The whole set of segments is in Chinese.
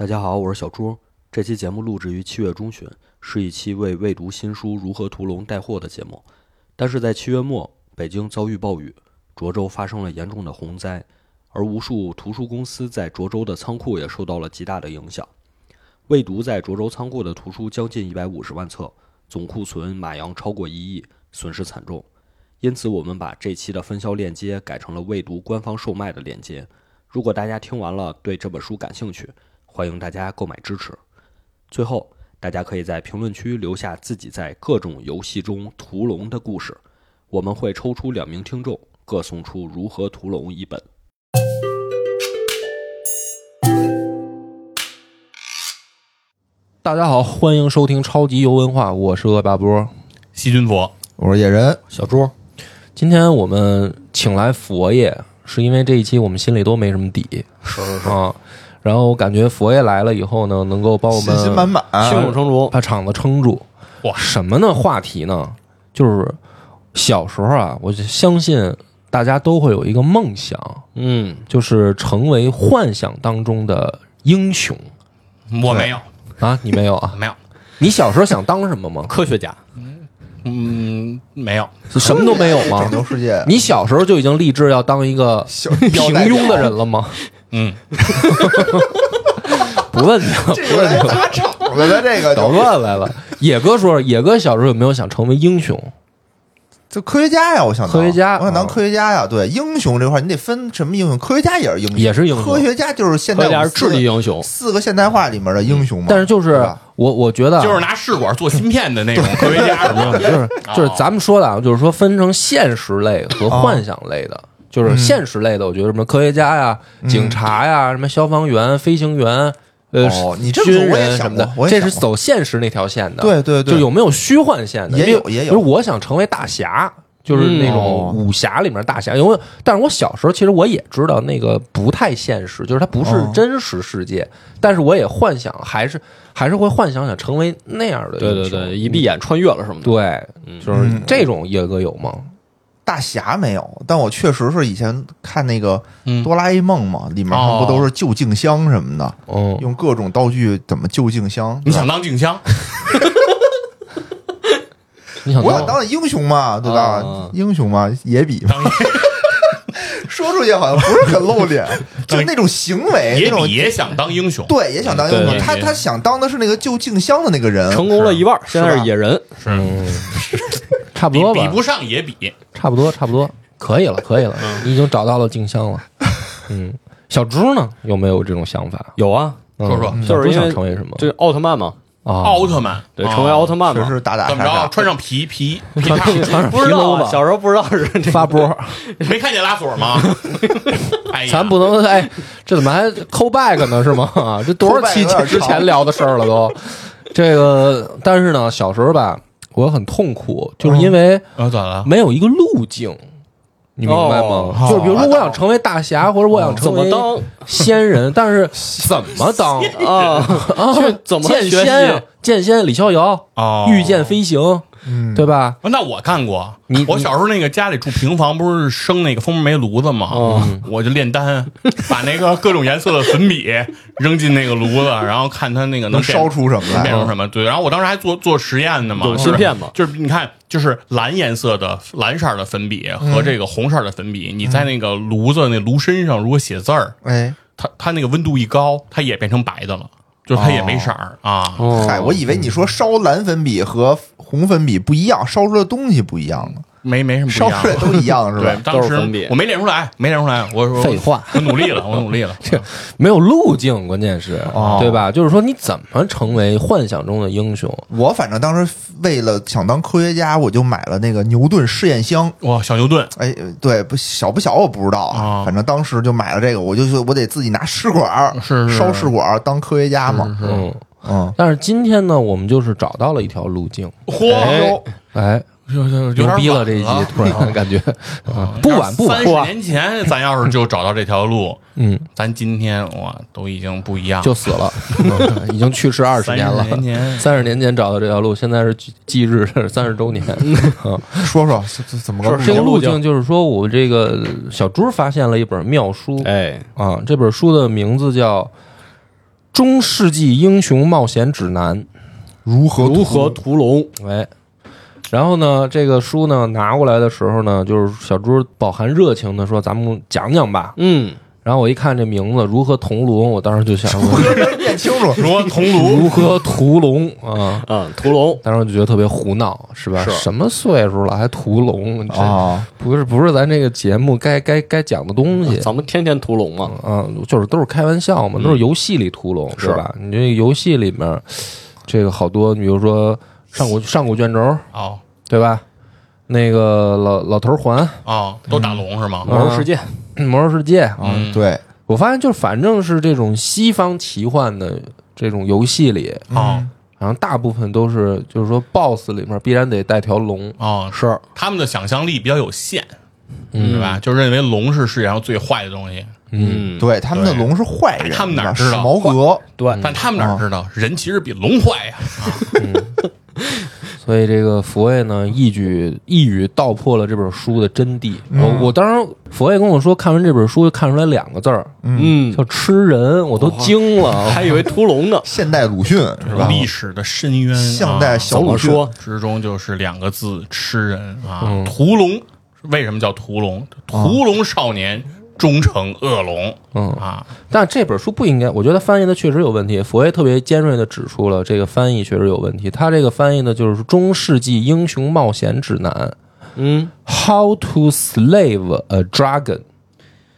大家好，我是小朱。这期节目录制于七月中旬，是一期为未读新书《如何屠龙》带货的节目。但是在七月末，北京遭遇暴雨，涿州发生了严重的洪灾，而无数图书公司在涿州的仓库也受到了极大的影响。未读在涿州仓库的图书将近一百五十万册，总库存马洋超过一亿，损失惨重。因此，我们把这期的分销链接改成了未读官方售卖的链接。如果大家听完了对这本书感兴趣，欢迎大家购买支持。最后，大家可以在评论区留下自己在各种游戏中屠龙的故事，我们会抽出两名听众，各送出《如何屠龙》一本。大家好，欢迎收听超级游文化，我是恶霸波。细菌佛，我是野人，小朱，今天我们请来佛爷，是因为这一期我们心里都没什么底，是是是啊。然后我感觉佛爷来了以后呢，能够帮我们信心满满，胸有成竹，把场子撑住。哇什么呢？话题呢？就是小时候啊，我就相信大家都会有一个梦想，嗯，就是成为幻想当中的英雄我没有，啊。你没有啊？没有，你小时候想当什么吗？科学家，嗯，没有，什么都没有吗拯？救世界。你小时候就已经立志要当一个小平庸的人，了吗？嗯， 不问你了，这 个来砸场子的这个捣就乱来了。野哥说，野哥小时候有没有想成为英雄？就科学家呀，我想当科学家我想当啊科学家呀。对，英雄这块儿你得分什么英雄，科学家也是英雄，也是英雄科学家就是现代科学家我是们四智个力英雄，四个现代化里面的英雄嘛。嗯但是就是吧我，我觉得啊就是拿试管做芯片的那种科学家，是吧？就是就是咱们说的啊，就是说分成现实类和哦幻想类的。就是嗯现实类的，我觉得什么科学家呀、警察呀、什么消防员、飞行员，呃哦，你这么说军我也人想什么的过，我也这想是过走现实那条线的。对对对就有没有虚幻线的？也因为有也有比如我想成为大侠，就是嗯那哦种武侠里面大侠，因为但是我小时候其实我也知道那个不太现实，就是它不是哦真实世界，但是我也幻想还是还是会幻想想成为那样的对英对雄。对，一闭眼穿越了什么的，对，就是这种野哥有吗？大侠没有，但我确实是以前看那个嗯《哆啦 A 梦》嘛，里面它哦不都是旧镜箱什么的，嗯，用各种道具怎么旧镜箱？你想当静香，你想我想当嗯当英雄嘛，对啊吧？英雄嘛，野比嘛，说出去好像不是很露 脸，就是那种行为，也哎那种比也想当英雄，对，也想当英对雄。对他对他想当的是那个旧静香的那个人，成功了一半，是现在吧是野人，是差不比多比吧，不上也比，差不多，差不多，可以了，可以了，你已经找到了静香了。嗯，小猪呢有没有这种想法？有啊，嗯说说小就是哦猪因想为成为什么？这个奥特曼嘛，啊，奥特曼，对，啊成为奥特曼只嘛，是打打怎么杀着？啊杀。穿上皮皮皮穿套，穿上不皮知道褛啊吧，小时候不知道是这发波，没看见拉锁吗？哎呀，咱不能哎，这怎么还 call back 呢？是吗？啊这多少期 call back 有点之前长聊的事儿了都？这个，但是呢，小时候吧，我很痛苦，就是因为啊，咋了？没有一个路径，你明白吗？哦就是比如说，我想成为大侠，或者我想怎成么为当仙人，但是 怎么当啊？啊去？怎么剑学仙啊习？剑仙李逍遥，哦，御剑飞行，嗯，对吧？啊。那我看过，你我小时候那个家里住平房，不是生那个蜂蜜煤炉子吗？嗯我就炼丹，把那个各种颜色的粉笔扔进那个炉子，然后看它那个能变烧出什么变成来？什么？对，然后我当时还做做实验呢嘛，有就是芯片嘛就是你看，就是蓝颜色的蓝色的粉笔和这个红色的粉笔，你在那个炉子那炉身上如果写字儿，哎，它它那个温度一高，它也变成白的了，就是它也没色儿啊。嗨，我以为你说烧蓝粉笔和红粉笔不一样，烧出来的东西不一样呢，没没什么烧出来，不一样都一样是对吧？，当都时是粉笔我没练出来，没练出来，我我废话，我努力了，我努力了，没有路径，关键是哦，对吧？就是说，你怎么成为幻想中的英雄？我反正当时为了想当科学家，我就买了那个牛顿试验箱，哇，小牛顿，哎，对，不小不小我不知道啊反正当时就买了这个，我就说我得自己拿试管儿，是是烧试管儿当科学家嘛，嗯，嗯，但是今天呢，我们就是找到了一条路径，嚯，哎哎，有有有牛点逼晚了这一集，突 然感觉啊不晚不晚三，十年前，咱要是就找到这条路，嗯，咱今天哇都已经不一样了，就死 了，嗯已经去世二十年了30。年前三十年前找到这条路，现在是忌忌日 三 十周年。啊说说怎怎怎么个是这个路路径径就是说，我这个小猪发现了一本妙书哎，啊，这本书的名字叫《中世纪英雄冒险指南如何 如何屠龙？》。哎，然后呢，这个书呢拿过来的时候呢，就是小猪饱含热情的说：“咱们讲讲吧。嗯，”然后我一看这名字“如何同龙”，我当时就想说念清楚？如何同炉？如何屠龙啊？嗯，屠龙，当时我就觉得特别胡闹，是吧？是什么岁数了还屠龙？这啊，不是不是咱这个节目该该该讲的东西。咱们天天屠龙嘛。嗯，就是都是开玩笑嘛，都是游戏里屠龙，是吧？你这个游戏里面，这个好多，比如说上古上古卷轴， 哦对吧？那个老老头环、哦，都打龙是吗？魔兽世界，魔兽世界啊，嗯，对，我发现就是反正是这种西方奇幻的这种游戏里，嗯哦然后大部分都是就是说 BOSS 里面必然得带条龙，哦，是嗯他们的想象力比较有限，对吧？就认为龙是世界上最坏的东西，嗯，对，他们的龙是坏人，他们哪是吧知道史矛革对，但他们哪知道嗯人其实比龙坏呀？所以这个佛爷呢，一举一语道破了这本书的真谛。嗯我我当时佛爷跟我说，看完这本书就看出来两个字儿，嗯，叫吃人，我都惊哦了。 还以为屠龙 呢。现代鲁迅是吧？历史的深渊，啊现代小怎鲁么迅说？之中就是两个字：吃人嗯啊！屠龙为什么叫屠龙？屠龙少年终成恶龙嗯，啊！但这本书不应该，我觉得翻译的确实有问题。佛爷特别尖锐的指出了这个翻译确实有问题。他这个翻译呢，就是《中世纪英雄冒险指南嗯，》 ，How to Slave a Dragon，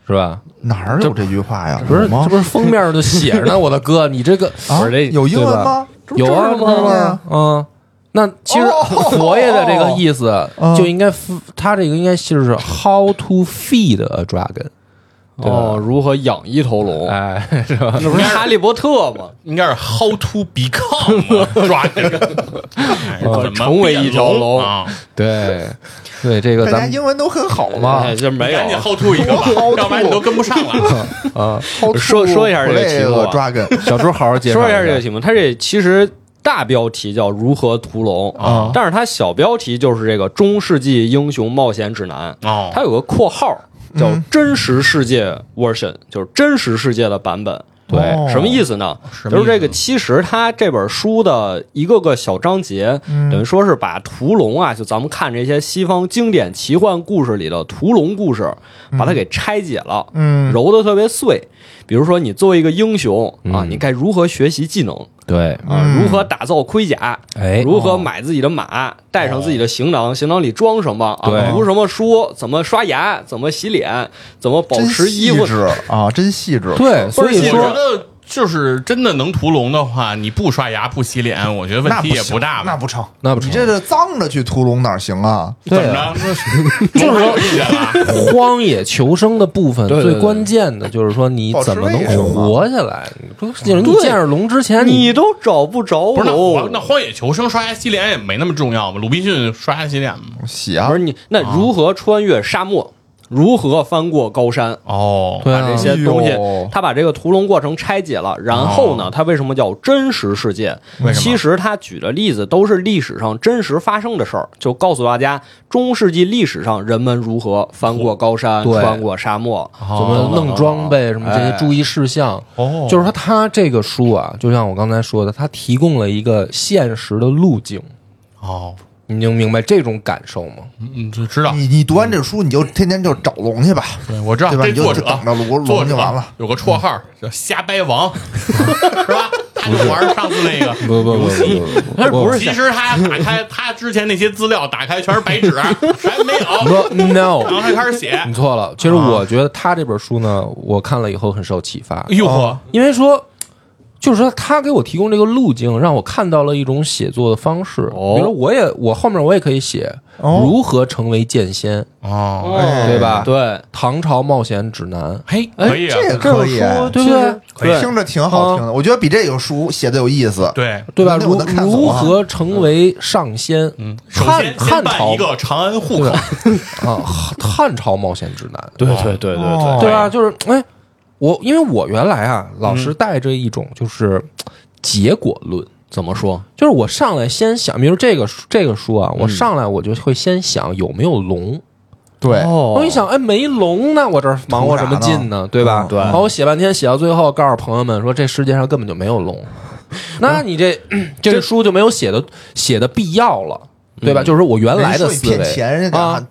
是吧？哪儿有这句话呀？不是，有吗这？不是封面就写着呢？我的哥，你这个啊不是这有英文吗？这不有啊，正这是吗不是吗？嗯，那其实佛爷的这个意思哦就应该，他这个应该就是 how to feed a dragon，哦，如何养一头龙？啊哎，是吧？那不是哈利波特吗？应该是 How to become 啊抓这个，哎怎么哦成为一条变龙啊？对，对，这个大家咱们英文都很好嘛哎，。这 没有啊赶紧 How to 一 个吧 How，to 要不然你都跟不上了。啊，说说一下这个题目啊 抓根小猪好好介绍说一下这个下题目，它这其实大标题叫《如何屠龙》啊但是它小标题就是这个《中世纪英雄冒险指南》， 哦，它有个括号叫“真实世界 version”，、就是真实世界的版本。哎对哦什么意思呢？什么就是这意思个，其实它这本书的一个个小章节，等于说是把屠龙啊，就咱们看这些西方经典奇幻故事里的屠龙故事，把它给拆解了，嗯揉得特别碎。比如说，你作为一个英雄啊，嗯你该如何学习技能对，啊？嗯如何打造盔甲？哎，如哦何买自己的马，带上自己的行囊，行囊里装什么对啊？读什么书？怎么刷牙？怎么洗脸？怎么保真持衣细服？ 致啊，真细致。 对，不所是以我觉说得就是真的能屠龙的话，你不刷牙不洗脸，我觉得问那题也行大那吧？不成，那不你成这是脏着去屠龙哪儿行啊？怎对么啊着？ 龙还有意 见了？荒野求生的部分对对对最关键的就是说你保持怎么能卫生嘛嗯活下来？你不你对见着龙之前你都找不着哦哦不是那我荒那荒野求生刷牙洗脸也没那么重要嘛？鲁滨逊刷牙洗脸吗？洗啊不是！你那如何穿越沙漠？如何翻过高山？哦，对啊这些东西哎呦，他把这个屠龙过程拆解了，然后呢，他为什么叫真实世界？其实他举的例子都是历史上真实发生的事儿，就告诉大家中世纪历史上人们如何翻过高山、对穿过沙漠，怎么弄装备什么这哎些注意事项，哦就是说他这个书啊，就像我刚才说的，他提供了一个现实的路径，哦，你能明白这种感受吗？嗯，就知道，你你读完这书，你就天天就找龙去吧。对我知道对吧这你就作者等着龙龙作者就完了，嗯有个绰号叫瞎 掰王，是吧？他就玩上次那个。不不不不但是不是其实他打 开他之前那些资料，打开全是白纸，还没有，不哎 no，然后他开始写。你错了。其实我觉得他这本书呢，我看了以后很受启发，哎呦呵，因为说。就是说，他给我提供这个路径，让我看到了一种写作的方式。哦比如，我也我后面我也可以写哦如何成为剑仙，哦，哎对吧？对，唐朝冒险指南，嘿，可以啊，这个可以，对不对？对听着挺好听的。我觉得比这有书写的有意思。对。对吧？那我如能看懂如啊何成为上仙？嗯，首汉先先汉办朝一个长安户口，啊，汉汉朝冒险指南，对对对对哦对吧？就是哎，我因为我原来啊，老嗯是带着一种就是结果论，怎么说？就是我嗯上来先想，比如这个书这个书啊，我上来我就会先想有没有龙，对，我哦一想，哎，没龙呢，我这儿忙活什么劲呢？对吧？嗯对然后我写半天，写到最后，告诉朋友们说，这世界上根本就没有龙。那你这这个书就没有写的写的必要了，对吧？就是我原来的人家思说你骗维钱，人家啊干嘛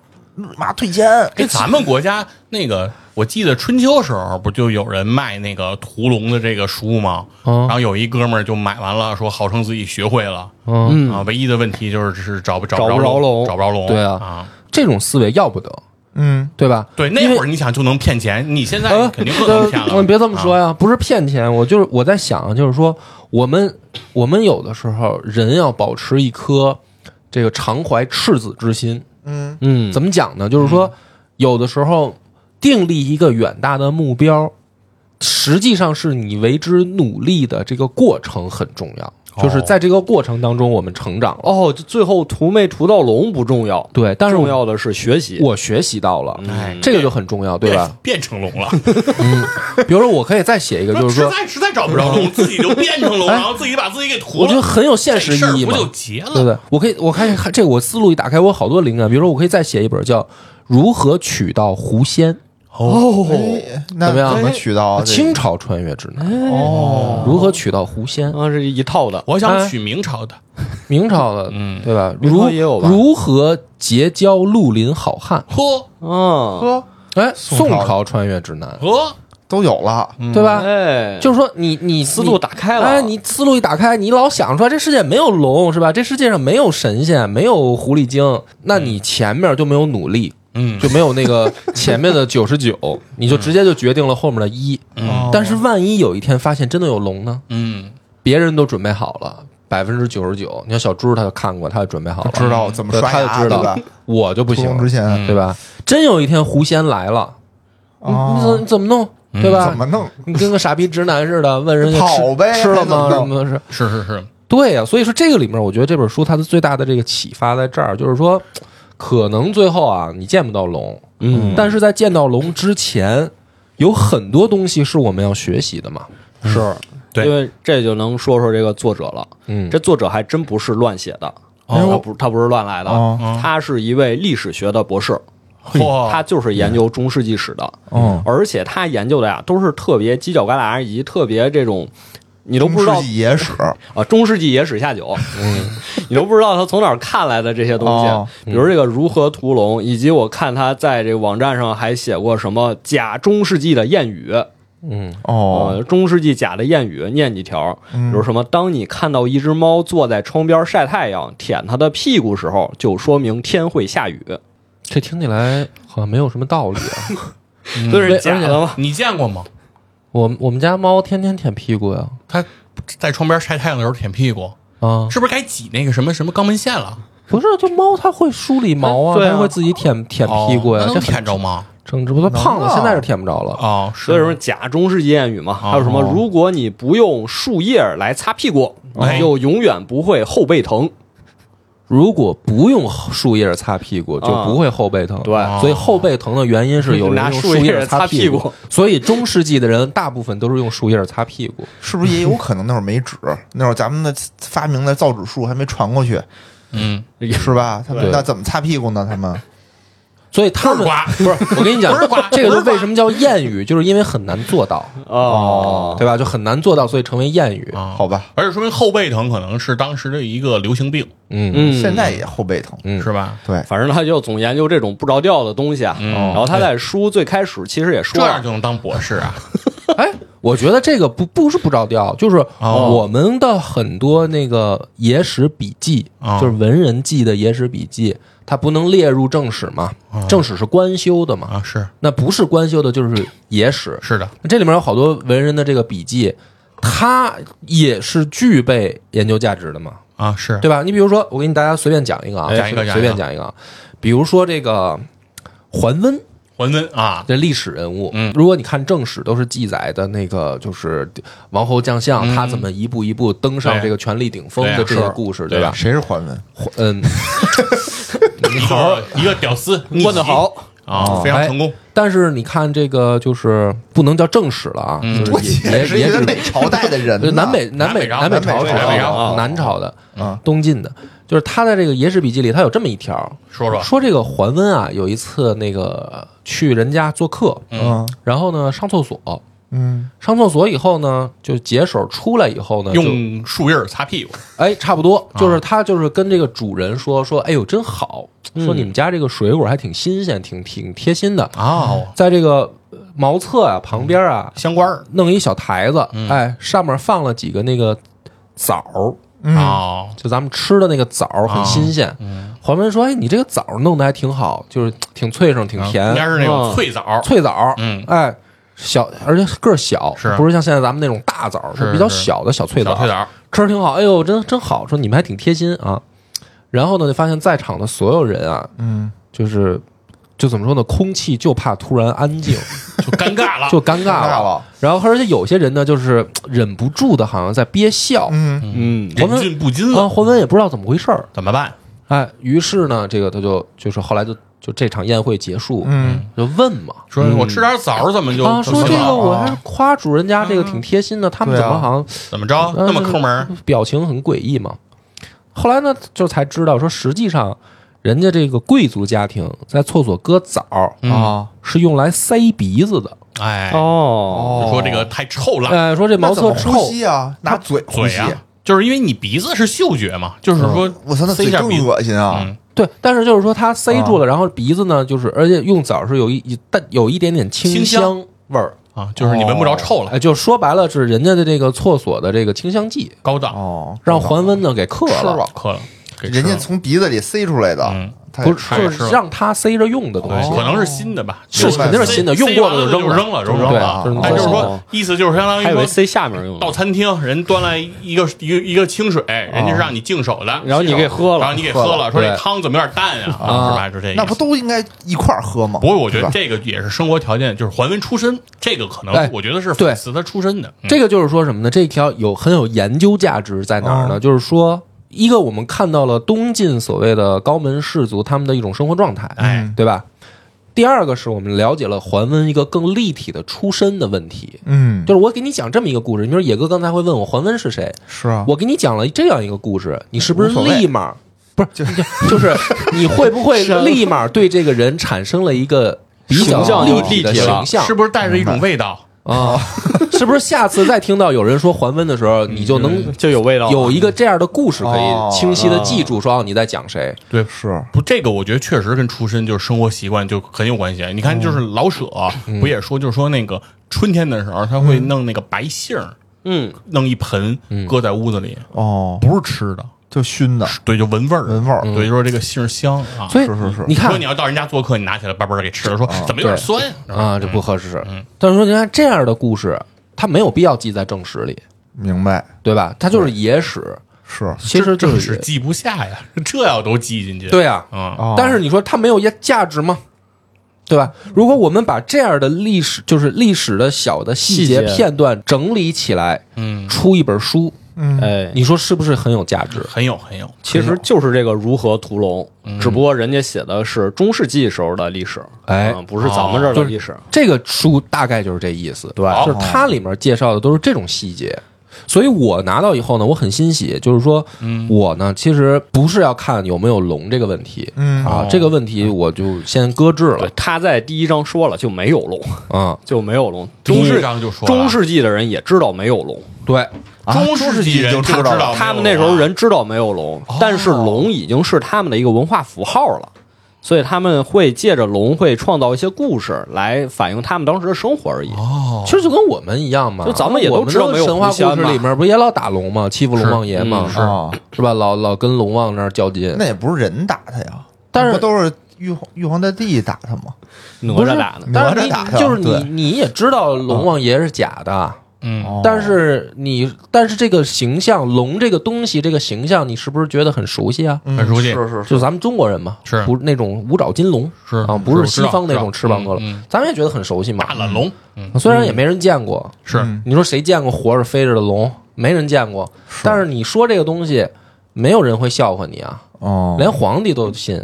妈退钱？哎，咱们国家那个，我记得春秋时候不就有人卖那个屠龙的这个书吗？嗯然后有一哥们儿就买完了，说号称自己学会了。嗯，啊，唯一的问题就是是找不找找不不着龙找不着龙。对啊这种思维要不得，嗯，对吧？对，因那为会儿你想就能骗钱，你现在呃，肯定更能骗了。呃别这么说啊，呀，不是骗钱，我就是我在想，就是说我们我们有的时候人要保持一颗这个常怀赤子之心。嗯，嗯，怎么讲呢？就是说，有的时候订立一个远大的目标，实际上是你为之努力的这个过程很重要。就是在这个过程当中，我们成长了。哦，就最后屠没屠到龙不重要，对，但是重我要的是学习。我学习到了，哎，这个就很重要，对变吧？ 变成龙 了，比如说，我可以再写一 个，就是实说，嗯哎在实在找不着龙，自己就变成龙，然后自己把自己给屠我觉得了，很有现这实事儿意义不嘛。就结了对？不对？我可以，我看 这个我思路一打开，我有好多灵感。比如说，我可以再写一本叫《如何娶到狐仙哦，那怎么样怎么取到》，哦这清朝穿越指南。哦，如何娶到狐仙？啊，是一套的。我想哎取明朝的，明朝的，嗯对吧？明如朝也有吧如何结交绿林好汉？嚯嗯，呵，哎，宋宋朝朝穿越指南，嚯，都有了，对吧？哎，就是说你，你思路打开了哎，你思路一打开，你老想出来这世界没有龙是吧？这世界上没有神仙，没有狐狸精，那嗯你前面就没有努力，嗯，就没有那个前面的九十九，你嗯就直接就决定了后面的一。哦但是万一有一天发现真的有龙呢？嗯，别人都准备好了，百分之九十九。你看小猪他就看过，他就准备好了，知道怎么嗯对刷他牙就知对道吧？，我就不屠行龙了之前嗯对吧？真有一天狐仙来了，你你怎哦你怎么弄？对吧怎？么弄？你嗯跟个傻逼直男似的，问人家吃跑呗吃了吗？什还能弄么是？是 是是，对呀、所以说这个里面，我觉得这本书它的最大的这个启发在这儿，就是说，可能最后啊，你见不到龙，嗯，但是在见到龙之前，有很多东西是我们要学习的嘛。是，对因为这就能说说这个作者了。嗯，这作者还真不是乱写的，哎呦他不，他不是乱来的，哦他是一位历史学的博士，嚯，他就是研究中世纪史的，哦嗯，而且他研究的呀都是特别犄角旮旯以及特别这种。你都不知道中世纪野史，啊，中世纪野史下酒，嗯，你都不知道他从哪儿看来的这些东西，哦比如这个如何屠龙，以及我看他在这个网站上还写过什么假中世纪的谚语，嗯哦，呃，中世纪假的谚语念几条，比嗯如什么，当你看到一只猫坐在窗边晒太阳，舔它的屁股时候，就说明天会下雨，这听起来好像没有什么道理 啊。这是假的吗？你见过吗？我我们家猫天天舔屁股呀，他在窗边晒太阳的时候舔屁股，啊，是不是该挤那个什么什么肛门腺了？不是，就猫它会梳理毛啊，对啊它会自己舔舔屁股呀、哦那这能很舔着吗？整只不过它胖了，能啊现在是舔不着了。哦，所以是说假中世纪谚语嘛，还有什么，如果你不用树叶来擦屁股，哎就永远不会后背疼。如果不用树叶擦屁股，就啊不会后背疼。对哦所以后背疼的原因是有人拿用树树叶叶擦屁屁股。所以中世纪的人大部分都是用树叶擦屁股。是不是也有可能那会儿没纸？那会儿咱们的发明的造纸术还没传过去，嗯，哎是吧？他们对那怎么擦屁股呢？他们所以他们不是瓜不是我跟你讲不是瓜，这个就为什么叫谚语，就是因为很难做到，哦，对吧？就很难做到，所以成为谚语。啊好吧，而且说明后背疼可能是当时的一个流行病，嗯嗯，现在也后背疼。嗯是吧？对，反正他就总研究这种不着调的东西啊。然后他在书最开始其实也啊这说样了，就能当博士啊？哎，我觉得这个不不是不着调，就是哦我们的很多那个野史笔记，哦就是文人记的野史笔记，它不能列入正史嘛？哦正史是官修的嘛？啊，是那不是官修的，就是野史。是的，这里面有好多文人的这个笔记，它也是具备研究价值的嘛？啊是，对吧？你比如说，我给你大家随便讲一个啊，哎讲一个随便讲一个啊，比如说这个桓温，桓温啊，这历史人物，嗯如果你看正史，都是记载的那个就是王侯将相，他怎么一步一步登上对这个权力顶峰嗯对啊的这些是故事，对对吧？谁是桓温？嗯，一个一个屌丝，逆袭问得好，哦啊，非常成功。但是你看这个就是不能叫正史了啊，就我是也也是也一也只个 哪朝代的人呢？南北南嗯南北北朝南北南北朝朝朝南北朝南朝的嗯，东晋的就是他在这个野史笔记里，他有这么一条，说说，说这个桓温啊，有一次那个去人家做客，嗯然后呢上厕所，嗯上厕所以后呢，就解手出来以后哎呢，就用树叶儿擦屁股，哎，差不多，啊就是他就是跟这个主人说说，哎呦真好，说你们家这个水果还挺新鲜，挺挺贴心的，哦，在这个呃茅厕啊旁边啊香官儿弄一小台子，嗯哎，上面放了几个那个枣儿，嗯哦，就咱们吃的那个枣儿啊很新鲜。嗯黄文说：“哎，你这个枣儿弄得还挺好，就是挺脆生，挺甜，应该是那种嗯脆枣儿，脆枣儿。嗯哎，小而且个儿小，是不是像现在咱们那种大枣儿，是比较是小的小脆枣小儿，脆枣儿，吃的挺好。哎呦，真真好，说你们还挺贴心啊。然后呢，就发现在场的所有人啊，嗯，就是就怎么说呢，空气就怕突然安静，就尴尬了， 就尴尬尬了。了，然后而且有些人呢，就是忍不住的，好像在憋笑。嗯嗯我们忍俊不禁了，啊，黄文也不知道怎么回事儿，怎么办？哎，于是呢，这个他就就是后来就就这场宴会结束，嗯就问嘛，说我吃点枣儿怎么就嗯啊，怎么说这个了我还是夸主人家这个挺贴心的，他们怎对么啊好像怎么着嗯那么抠门儿？表情很诡异嘛？后来呢，就才知道说，实际上人家这个贵族家庭在厕所搁枣儿嗯啊是用来塞鼻子的，哎，哦，哦就说这个太臭了，哎，说这茅那怎厕么臭呼，吸啊？拿嘴呼嘴吸，啊，就是因为你鼻子是嗅觉嘛，就是说嗯我操，那塞一嘴下更鼻子，恶心啊！嗯，对，但是就是说它塞住了，然后鼻子呢，就是而且用枣是有一但有一点点清清香香味儿，啊，就是你闻不着臭了，哎，就说白了是人家的这个厕所的这个清香剂，高档哦，让桓温呢给克吃了，了，嗑了，给吃人家了从鼻子里塞出来的嗯，他也不吃哦是太就吃是了让他塞着用的东西，对，可能是新的吧，是就肯定是塞新的，塞用过完的了扔就扔了，就扔对哦了就是啊但就是弄说，意思就是相当于还以为说，塞下面用到的，餐厅人端来一个一个一个清哦水，人家是让你净手的，然后你给喝然后了，你给喝了，说这对汤怎么有点淡呀，啊是吧？就这意思那不都应该一块儿喝吗？不过我觉得是吧这个也是生活条件，就是桓温出身，这个可哎能我觉得是对粉丝他出身的。嗯这个就是说什么呢？这一条有很有研究价值在哪儿呢？就是说，一个我们看到了东晋所谓的高门士族他们的一种生活状态，哎，对吧？第二个是我们了解了桓温一个更立体的出身的问题。嗯，就是我给你讲这么一个故事，你说野哥刚才会问我桓温是谁，是啊，我给你讲了这样一个故事，你是不无是所谓立马不是 就是你会不会立马对这个人产生了一个比较形象立就体的立体了形象？是不是带着一种味道？啊， 是不是下次再听到有人说桓温的时候，你就能就有味道了，有一个这样的故事可哦以清晰的记住，说哦你在讲谁？对，是，不，这个我觉得确实跟出身就是生活习惯就很有关系。啊你看，就是老舍啊不也说，就是说那个春天的时候，他会弄那个白杏儿，嗯，弄一盆搁在屋子里，哦，不是吃的，嗯就熏的，对，就闻味儿，啊闻味儿对，就说这个杏儿香啊。所以是是是你看说你要到人家做客，你拿起来叭叭给吃了，说怎么有对点酸呀是吧啊，这不合适。嗯但是说你看这样的故事，它没有必要记在正史里，明白？对吧？它就是野史，是，其实这就这是是记不下呀，这要都记进去，对啊。啊，哦但是你说它没有价值吗？对吧？如果我们把这样的历史，就是历史的小的细节细节片段整理起来，嗯，出一本书，嗯，哎，你说是不是很有价值？很有很有，其实就是这个如何屠龙，只不过人家写的是中世纪时候的历史，哎啊不是咱们这儿的历史。这个书大概就是这意思，对哦好就是它里面介绍的都是这种细节，所以我拿到以后呢，我很欣喜，就是说，嗯我呢其实不是要看有没有龙这个问题，嗯啊，这个问题我就先搁置了哦对，他在第一章说了就没有龙，啊，就没有龙。第中一世章就说了中世纪的人也知道没有龙，对，啊中世纪人就他知道知了道，啊他们那时候人知道没有龙，但是龙已经是他们的一个文化符号了，所以他们会借着龙会创造一些故事来反映他们当时的生活而已。其实就跟我们一样嘛，哦就咱们也我都们知道的没有神话狐仙故事嘛嗯哦里面不也老打龙嘛，欺负龙王爷嘛，是是啊，是吧？老老跟龙王那儿较劲，那也不是人打他呀，但是不都是玉皇玉皇大帝打他吗？哪不是吒打的，但是哪吒打你的就是对你你也知道龙王爷是假的。嗯，哦但是你，但是这个形象龙这个东西，这个形象，你是不是觉得很熟悉啊？嗯很熟悉是是是，就咱们中国人嘛，是不那种五爪金龙是啊，不是是西我知道方那种知翅道膀哥嗯嗯龙，咱们也觉得很熟悉嘛大。懒龙，嗯，虽然也没人见过，是嗯你说谁见过活着飞着的龙？没人见过。但是你说这个东西，没有人会笑话你啊，哦，连皇帝都信。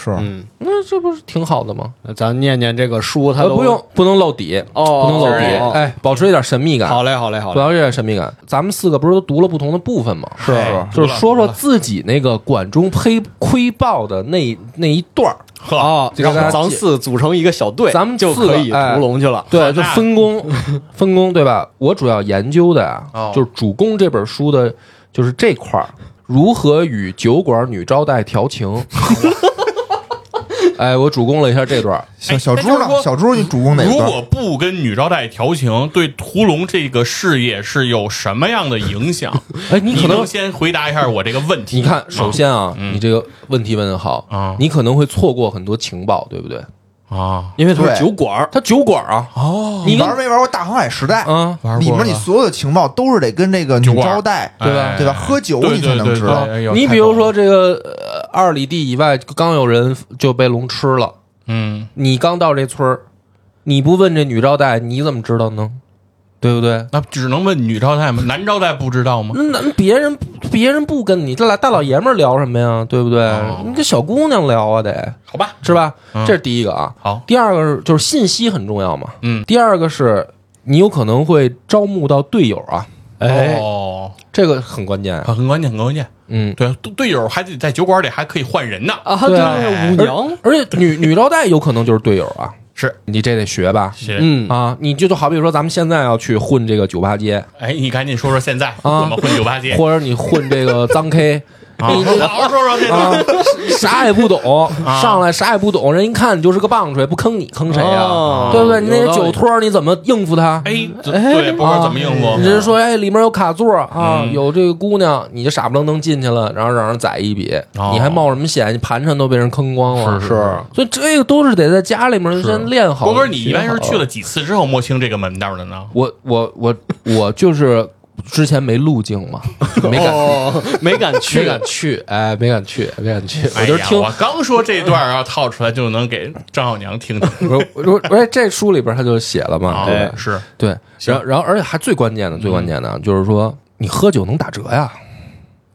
是嗯，那这不是挺好的吗？那咱念念这个书，它呃，都不用不能露底，哦，不能露底哦哦，哎，保持一点神秘感，好嘞，好嘞，好不嘞，要有点神秘感。咱们四个不是都读了不同的部分吗？是哎就读是了说说自己那个管中窥窥豹的那那一段儿。哦，这个然大家后咱记四组成一个小队，咱们就四个可以哎屠龙去了。对，那就分工， 分工对吧？我主要研究的啊，哦就是主攻这本书的，就是这块儿，如何与酒馆女招待调 情。哎，我主攻了一下这段儿，小哎小那猪就是呢说？小猪，你主攻哪如个？果不跟女招待调情，对屠龙这个事业是有什么样的影响？哎，你你可能能先回答一下我这个问题。你看，首先啊，嗯你这个问题问的好，嗯你可能会错过很多情报，对不对？啊，因为它是对酒馆儿，他酒馆啊，哦，你你跟玩没玩过大航海时代？啊，嗯玩里过面你了所有的情报都是得跟这个酒女馆招待，对吧哎对吧？喝酒你才能知道。对对对对哎呦你太比如棒了说这个呃二里地以外，刚有人就被龙吃了，嗯，你刚到这村儿，你不问这女招待，你怎么知道呢？对不对？那只能问女招待吗？男招待不知道吗？那别人别人不跟你这俩大老爷们儿聊什么呀？对不对？哦你跟小姑娘聊啊，得好吧，是吧？嗯这是第一个啊。好，第二个是就是信息很重要嘛。嗯第二个是你有可能会招募到队友啊，哎，哦，这个很关键啊。很关键，很关键。嗯，对，队队友还得在酒馆里还可以换人呢。啊，对对，啊舞娘，而且女女招待有可能就是队友啊， 是你这得学吧？是，嗯，啊，你就就好比说咱们现在要去混这个酒吧街，哎，你赶紧说说现在啊怎么混酒 吧街？或者你混这个脏 K，啊你好好说说这啊 个。，啥也不懂，啊上来啥也不懂，人一看你就是个棒槌，不坑你坑谁呀、哦对不对？你那有些道理酒托儿你怎么应付他？哎，怎对，不知道怎么应付。你是说，哎，里面有卡座啊，嗯有这个姑娘，你就傻不愣登进去了，然后让人宰一笔，哦你还冒什么险？你盘缠都被人坑光了，是是是所以这个都是得在家里面先练好。郭哥，你一般学是好去了几次之后摸清这个门道的呢？我我我我就是之前没路径嘛，没敢哦， 没敢没去，敢去，哎，没敢去，没敢去，我哎就呀，听我刚说这段儿要啊套出来，就能给张小娘听 听。我我我这书里边他就写了嘛，啊对，是对，然后然后而且还最关键的最关键的啊就是说你喝酒能打折呀？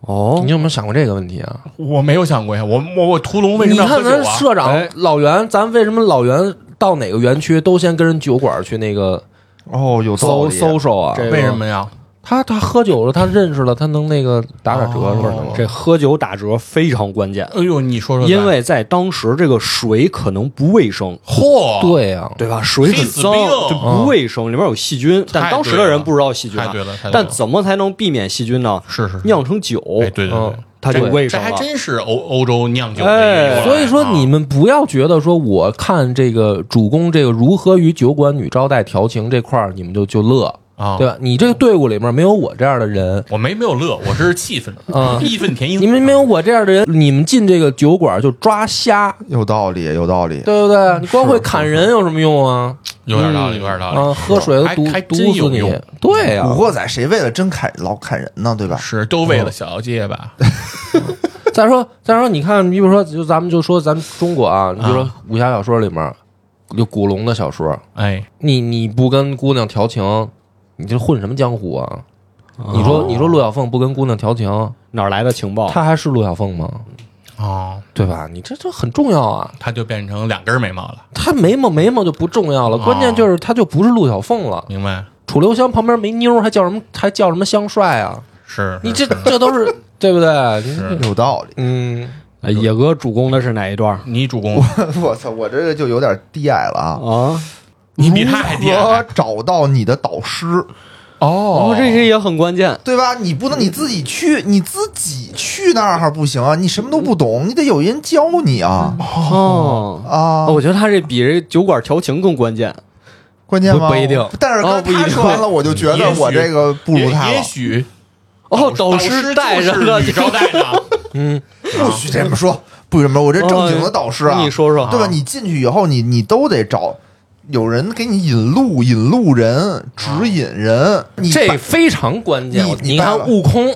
哦你，有没有想过这个问题啊？我没有想过呀，我我我屠龙为什你么要看喝咱酒啊？社长老袁，咱为什么老袁到哪个园区都先跟人酒馆去那个哦，有道搜理。搜搜啊？这为什么呀？他他喝酒了，他认识了，他能那个打打折是哦吗？嗯这喝酒打折非常关键，哎呦，你说说咱，因为在当时这个水可能不卫生，嚯，对啊呀，对吧？水黑很死脏，病就不卫生，里面有细菌，但当时的人不知道细菌啊太对了太对了但怎么才能避免细菌呢？是是是酿成酒，哎，对对对嗯，它就卫这生还了。真是欧欧洲酿酒的哎一个由来所以说，你啊们不要觉得说我看这个主攻这个如何与酒馆女招待调情这块儿，你们就就乐，啊，对吧？你这个队伍里面没有我这样的人，我没没有乐，我是气愤啊义愤填膺。你们没有我这样的人，你们进这个酒馆就抓虾，有道理，有道理。对不对？你光会砍人有什么用啊？有点道理，有点道啊，理，喝水都还毒还毒真死有你用，对啊呀、古惑仔谁为了真砍老砍人呢？对吧？是都为了嗯小借吧？再说再说，你看，你比如说，就咱们就说咱们中国啊，你比如说武侠小说里面，有古龙的小说，哎，你你不跟姑娘调情，你这混什么江湖啊？你哦说你说陆小凤不跟姑娘调情，哪儿来的情报？她还是陆小凤吗？哦，对吧？你这这很重要啊！他就变成两根眉毛了，她眉毛眉毛就不重要了，关哦键就是她就不是陆小凤了。明白？楚留香旁边没妞儿，还叫什么还叫什么香帅啊？是你这这都是对不对？你是有道 理。嗯，哎野哥主攻的是哪一段你主公，我操，我这个就有点低矮了哦啊？啊！你比他还低如何矮找到你的导师，哦，这个也很关键。对吧？你不能你自己去，你自己去那儿还不行啊！你什么都不懂，你得有人教你啊哦，啊！我觉得他这比这酒馆调情更关键。关键吗？不不一定但是哦刚不一才他定说完了，我就觉得也许我这个不如他也了也。许哦，导师师带着就是的女招待呢，不许这么说，不许这么说，我这正经的导师啊，哦你说说对吧？你进去以后，你你都得找有人给你引路，引路人，指引人。你这非常关键。你我你你办看了悟空，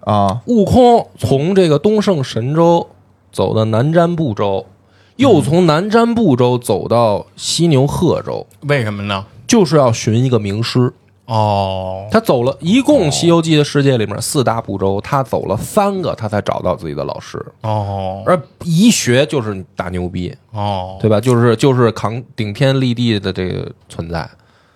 啊，悟空从这个东胜神州走到南瞻部洲，嗯又从南瞻部洲走到犀牛贺州，为什么呢？就是要寻一个名师。哦，他走了一共《西游记》的世界里面四大部洲，他走了三个，他才找到自己的老师。哦而一学就是大牛逼，哦，对吧？就是就是扛顶天立地的这个存在。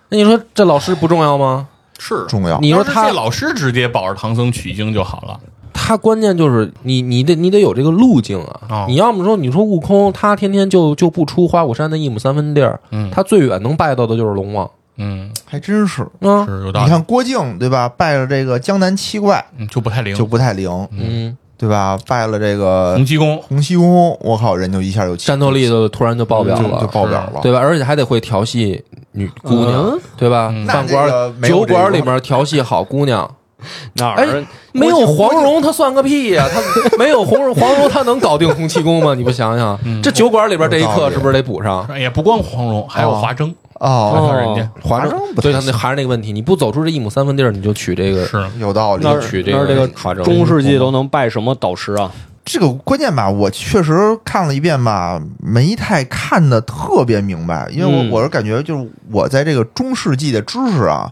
那你说这老师不重要吗？是重要你说他要是这老师直接保着唐僧取经就好了。他关键就是你你得你得有这个路径啊。哦你要么说你说悟空，他天天就就不出花果山的一亩三分地儿，嗯他最远能拜到的就是龙王嗯，还真是。啊。是有道你理看郭靖对吧？拜了这个江南七怪嗯，就不太灵嗯就。不太灵，嗯，对吧？拜了这个洪七公洪七公，我靠，人就一下就起战斗力就突然就爆表就嗯就了，爆表了。嗯对吧？而且还得会调戏女姑娘，对吧？嗯那饭这馆个没有酒这个馆里面调戏好姑 娘，哪哎？没有黄蓉，他算个屁呀、 他没有黄蓉，黄蓉他能搞定洪七公吗？你不想想，嗯这酒馆里边这一有道课理是不是得补上？也不光黄蓉，还有华筝。哦，看人家华华筝筝不对太他那还是那个问题，你不走出这一亩三分地儿，你就娶这个，是有道理那。儿取这那儿这个个华筝中世纪都能拜什么导师啊？这个关键吧，我确实看了一遍吧，没太看的特别明白，因为我、嗯我是感觉就是我在这个中世纪的知识啊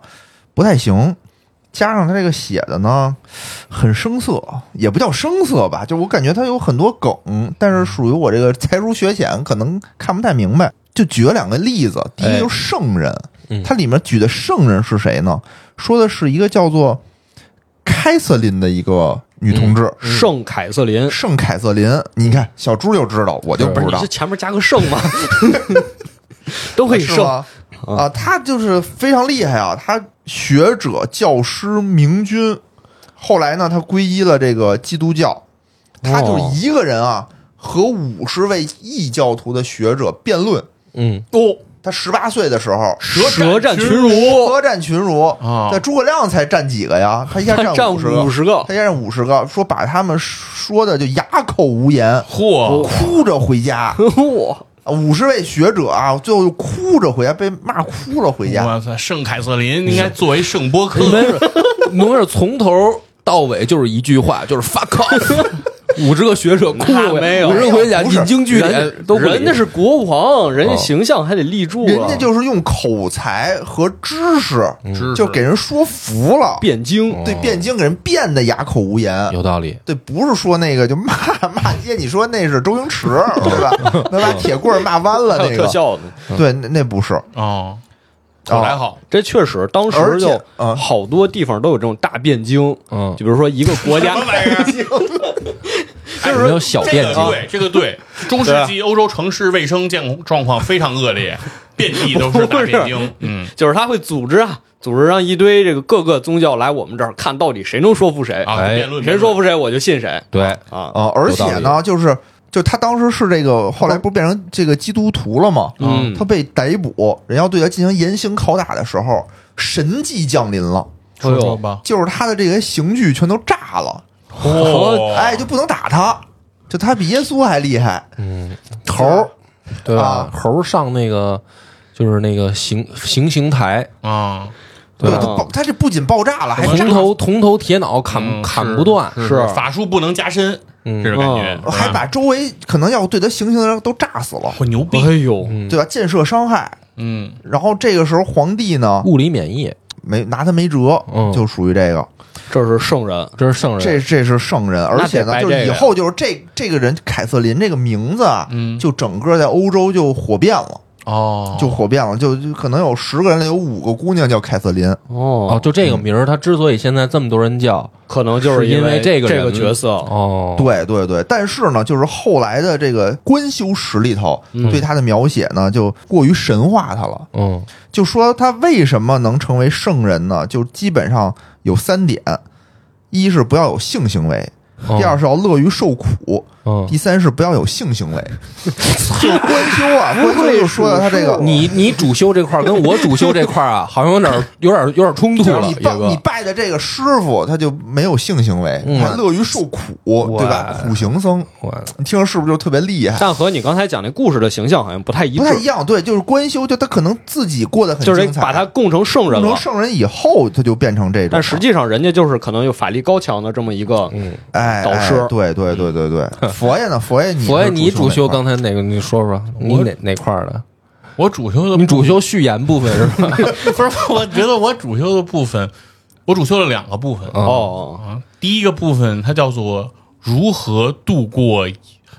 不太行，加上他这个写的呢很生涩，也不叫生涩吧，就我感觉他有很多梗，但是属于我这个才疏学浅，可能看不太明白。就举了两个例子，第一就是圣人，嗯它里面举的圣人是谁呢？说的是一个叫做凯瑟琳的一个女同志。圣凯瑟琳，圣凯瑟琳，你看小猪就知道，我就不知你道这，前面加个圣吗？都可以是圣，吗？啊，他就是非常厉害啊，他学者、教师、明君，后来呢，他皈依了这个基督教，他就哦一个人啊，和五十位异教徒的学者辩论。嗯，哦，他十八岁的时候，舌战群儒，舌战群儒啊在诸葛亮才占几个呀？他一下他占占十个五，十 个，他一下占五十个，说把他们说的就哑口无言，嚯，哭着回家。哇，啊五十位学者啊，最后就哭着回家，被骂哭着回家。哇塞，圣凯瑟琳应该作为圣波克没事，没事，从头到尾就是一句话，就是 fuck off。五 十个学者哭那着回没有五十个回家不是引经据典，都不理人家是国王，人家哦形象还得立住啊，人家就是用口才和知识，嗯知识就给人说服了，汴京，对汴京给人变得哑口无言。有道理。对，不是说那个就骂 骂街，你说那是周星驰，对吧？能把铁棍儿骂弯了还有那特个，效呢。对，那那不是。哦，口才好，这确实，当时而且就嗯好多地方都有这种大汴京，嗯就比如说一个国家，就是没有小这便个经，对，这 个对。中世纪欧洲城市卫生健状况非常恶劣，遍地都是大便啊精。嗯就是他会组织啊，组织让一堆这个各个宗教来我们这儿看到底谁能说服谁，啊，哎辩论谁说服谁我就信谁对，啊。啊，而且有呢，就是就他当时是这个，后来不是变成这个基督徒了吗？嗯他被逮捕，人要对他进行严刑拷打的时候，神迹降临了，说哎说吧，就是他的这些刑具全都炸了，哦，哎，就不能打他，就他比耶稣还厉害，嗯，头儿对吧啊？猴上那个就是那个行行刑台，啊，对对他啊嗯爆，他这不仅爆炸了，还炸铜头铜头铁脑砍嗯砍不断，是是啊法术不能加深，嗯这种感觉嗯，啊是吧哦还把周围可能要对他行刑的人都炸死了，我牛逼，哎呦，对吧？建设伤害。嗯，然后这个时候，皇帝呢物理免疫，没拿他没辙嗯，就属于这个。这是圣人，这是圣人，这这是圣人，而且呢，白就这是以个后就是这这个人凯瑟琳这个名字啊，嗯就整个在欧洲就火遍了，哦，就火遍了，就就可能有十个人里有五个姑娘叫凯瑟琳，哦，哦，就这个名儿，他之所以现在这么多人叫，可能就是因为为这个这个人角色，哦，对对对。但是呢，就是后来的这个官修史里头对他的描写呢，就过于神话他了，嗯，就说他为什么能成为圣人呢？就基本上有三点：一是不要有性行为，嗯第二，是要乐于受苦，嗯，第三是不要有性行 为，就官修啊，官修就说到他这个，你你主修这块儿跟我主修这块儿啊，好像有点儿有点儿有点儿冲突就是了，你野拜你哥，拜的这个师傅，他就没有性行为，嗯他乐于受苦，对吧？苦行僧，我你听着是不是就特别厉害？但和你刚才讲那故事的形象好像不太一不太一致，样，对，就是官修，就他可能自己过得很就是精得彩，把他供成圣人弄成了。圣人以后，他就变成这种了。但实际上，人家就是可能有法力高强的这么一个，哎，哎导师对对对对对，佛爷呢？佛爷你所以是你主修修哪块儿刚才哪个？你说说，你哪哪块儿的？我主修的你主修序言部分是吧？不是，我觉得我主修的部分，我主修了两个部分。哦，啊，第一个部分它叫做如何度过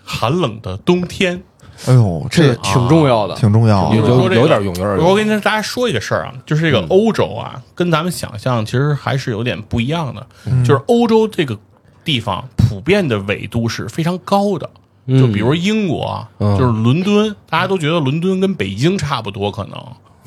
寒冷的冬天。哎呦，这啊挺重要的，挺重要有的。就说有这个有点用，有点我用。跟大家说一个事儿啊，就是嗯这个欧洲啊，跟咱们想象其实还是有点不一样的。就是欧洲这个地方普遍的纬度是非常高的，嗯就比如英国啊，就是伦敦，大家都觉得伦敦跟北京差不多，可能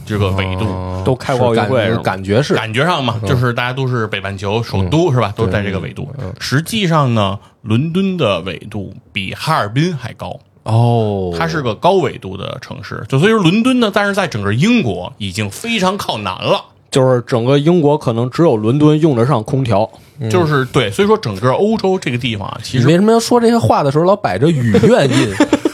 这个纬度。哦都开过奥运会是是感吗？感觉是感觉上嘛，嗯就是大家都是北半球首都是吧？都在这个纬度。嗯实际上呢，伦敦的纬度比哈尔滨还高。哦，它是个高纬度的城市，就所以说伦敦呢，但是在整个英国已经非常靠南了，就是整个英国可能只有伦敦用得上空调，就是对，所以说整个欧洲这个地方啊，其你实为什么要说这些话的时候老摆着 语愿印，就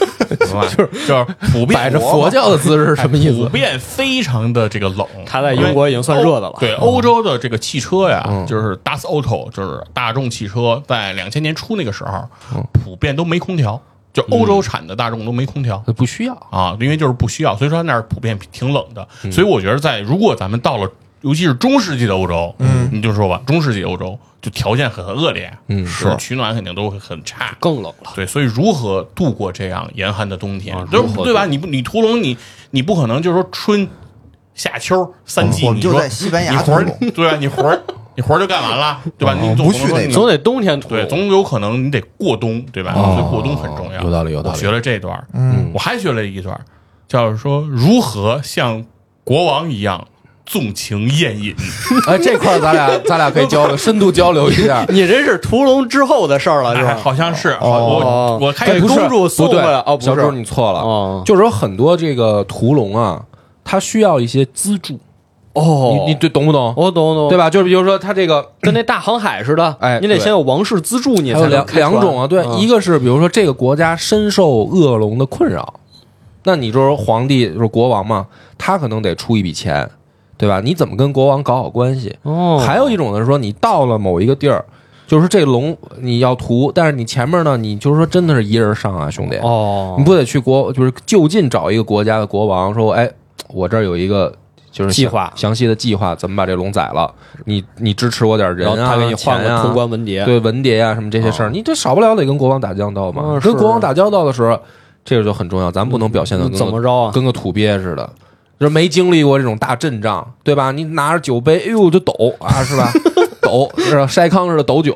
是就是普遍摆着佛教的姿势什么意普 思？遍非常的这个冷。它在英国已经算热的了。对欧洲的这个汽车呀，就是 Das Auto，就是大众汽车，在两千年初那个时候，普遍都没空调，就欧洲产的大众都没空调。哎不需要，啊，因为就是不需要，所以说它那儿普遍挺冷的。所以我觉得在如果咱们到了，尤其是中世纪的欧洲，嗯，你就说吧，中世纪欧洲就条件很恶劣，嗯，是取暖肯定都会很差。更冷了。对，所以如何度过这样严寒的冬天，啊就如何对吧？你不，你屠龙，你你不可能就是说春夏秋三季，我们你就说在西班你牙活儿屠龙，对吧？啊你活 儿你活儿就干完了，对吧？你总不能去说那你个总得冬天涂。嗯对，总有可能你得过冬，对吧？所以过冬很重要。有道理有道理我学了这段，嗯，我还学了一段，叫说如何像国王一样纵情宴饮。哎，这块儿咱 俩咱俩可以交流，深度交流一 下。你这是屠龙之后的事儿了，是哎吧？好像是，好我哦我给开哎始不是公主送不对回来哦不是小周你错了，哦就是有很多这个屠龙啊，它需要一些资助，哦你你这懂不懂？我懂懂，对吧？就是比如说它这个跟那大航海似的，哎你得对先有王室资助，你还才有能两开船两种啊，对，嗯一个是比如说这个国家深受恶龙的困扰，那你就是皇帝就是国王嘛，他可能得出一笔钱，对吧？你怎么跟国王搞好关系？哦，还有一种呢，是说你到了某一个地儿，就是这龙你要屠，但是你前面呢，你就是说真的是一人上啊，兄弟，哦你，不得去国，就是就近找一个国家的国王，说，哎，我这儿有一个就是计详划详细的计划，怎么把这龙宰了？你你支持我点人然后啊，他给你换钱个啊通关文牒，对文牒啊什么这些事哦儿，你这少不了得跟国王打交道嘛。嗯跟是国王打交道的时候，这个就很重要，咱不能表现的那怎么着啊？跟个土鳖似的，就是没经历过这种大阵仗，对吧？你拿着酒杯，哎呦就抖啊，是吧？ 抖是吧？筛糠似的抖酒，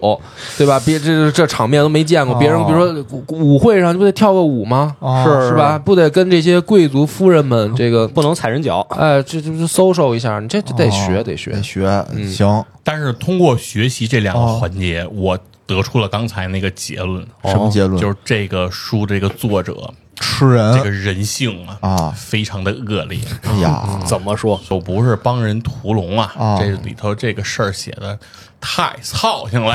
对吧？别这这场面都没见过，别人哦比如说舞舞会上，你不得跳个舞吗？哦是是吧？不得跟这些贵族夫人们这个，不能踩人脚，哎，这这这 social 一下，你这这得学得学得。学，行，但是通过学习这两个环节，我得出了刚才那个结论，什么结论？就是这个书这个作者吃这个人人性啊，嗯啊！非常的恶劣。哎呀，嗯怎么说？就不是帮人屠龙啊，哦这里头这个事儿写的太操心了。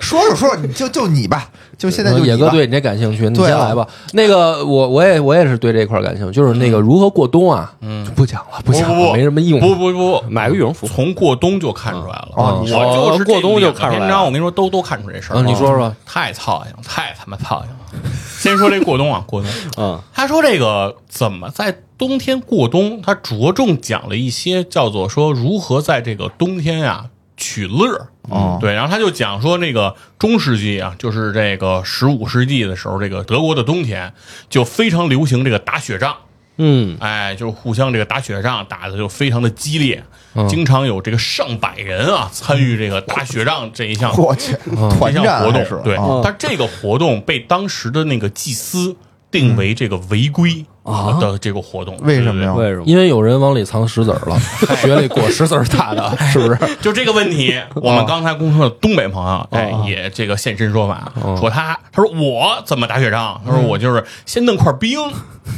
说说说，你就就你吧，就现在就野你哥吧对你这感兴趣，你对啊先来吧。那个我我也我也是对这块儿感兴趣，就是那个如何过冬啊，嗯，不讲了，不不讲不了，不，没什么用。不不不不， 买个羽绒服，从过冬就看出来了。哦我你说就是这过冬就看出来了哦两篇章我跟你说，都都看出这事儿了。嗯你说说太操心了，太他妈操心了。先说这过冬啊，过冬。嗯，他说这个怎么在冬天过冬，他着重讲了一些叫做说如何在这个冬天啊取乐儿。哦对，然后他就讲说，那个中世纪啊，就是这个十五世纪的时候，这个德国的冬天就非常流行这个打雪仗，嗯，哎，就是互相这个打雪仗，打的就非常的激烈，嗯经常有这个上百人啊参与这个打雪仗这一项我去，团这项战活还动是。对啊，但这个活动被当时的那个祭司定为这个违规啊的这个活动，为什么对呀对为什么？嗯因为有人往里藏石子儿了，雪里裹石子儿打的，是不是？对 就这个问题，我们刚才公说的东北朋哦友，哎，也这个现身说法，说他他说我怎么打雪仗？他说我就是先弄块冰，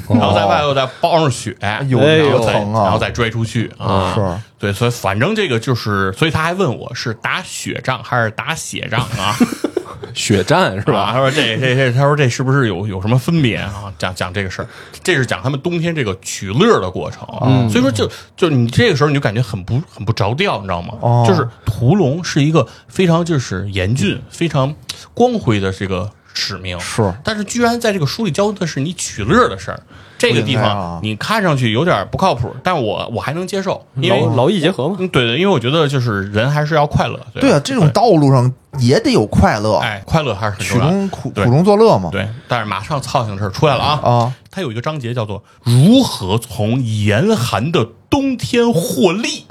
然后在外头再包上雪，哦呦哎然呦后再疼啊嗯然后再拽出去啊，是对，所以反正这个就是，所以他还问我是打雪仗还是打血仗啊？血战是是吧？啊他说这这这，他说这是不是有有什么分别啊？讲讲这个事儿，这是讲他们冬天这个取乐的过程。嗯所以说就就你这个时候你就感觉很不很不着调，你知道吗？哦就是屠龙是一个非常就是严峻、非常光辉的这个使命。是但是居然在这个书里教的是你取乐的事儿，这个地不应该啊方你看上去有点不靠谱，但我我还能接受，因为劳劳逸结合嘛。嗯对对，因为我觉得就是人还是要快乐，对对啊，这种道路上也得有快乐，哎，快乐还是很曲重要的。中苦苦对中作乐嘛。对，但是马上操性事儿出来了啊！啊，它有一个章节叫做“如何从严寒的冬天获利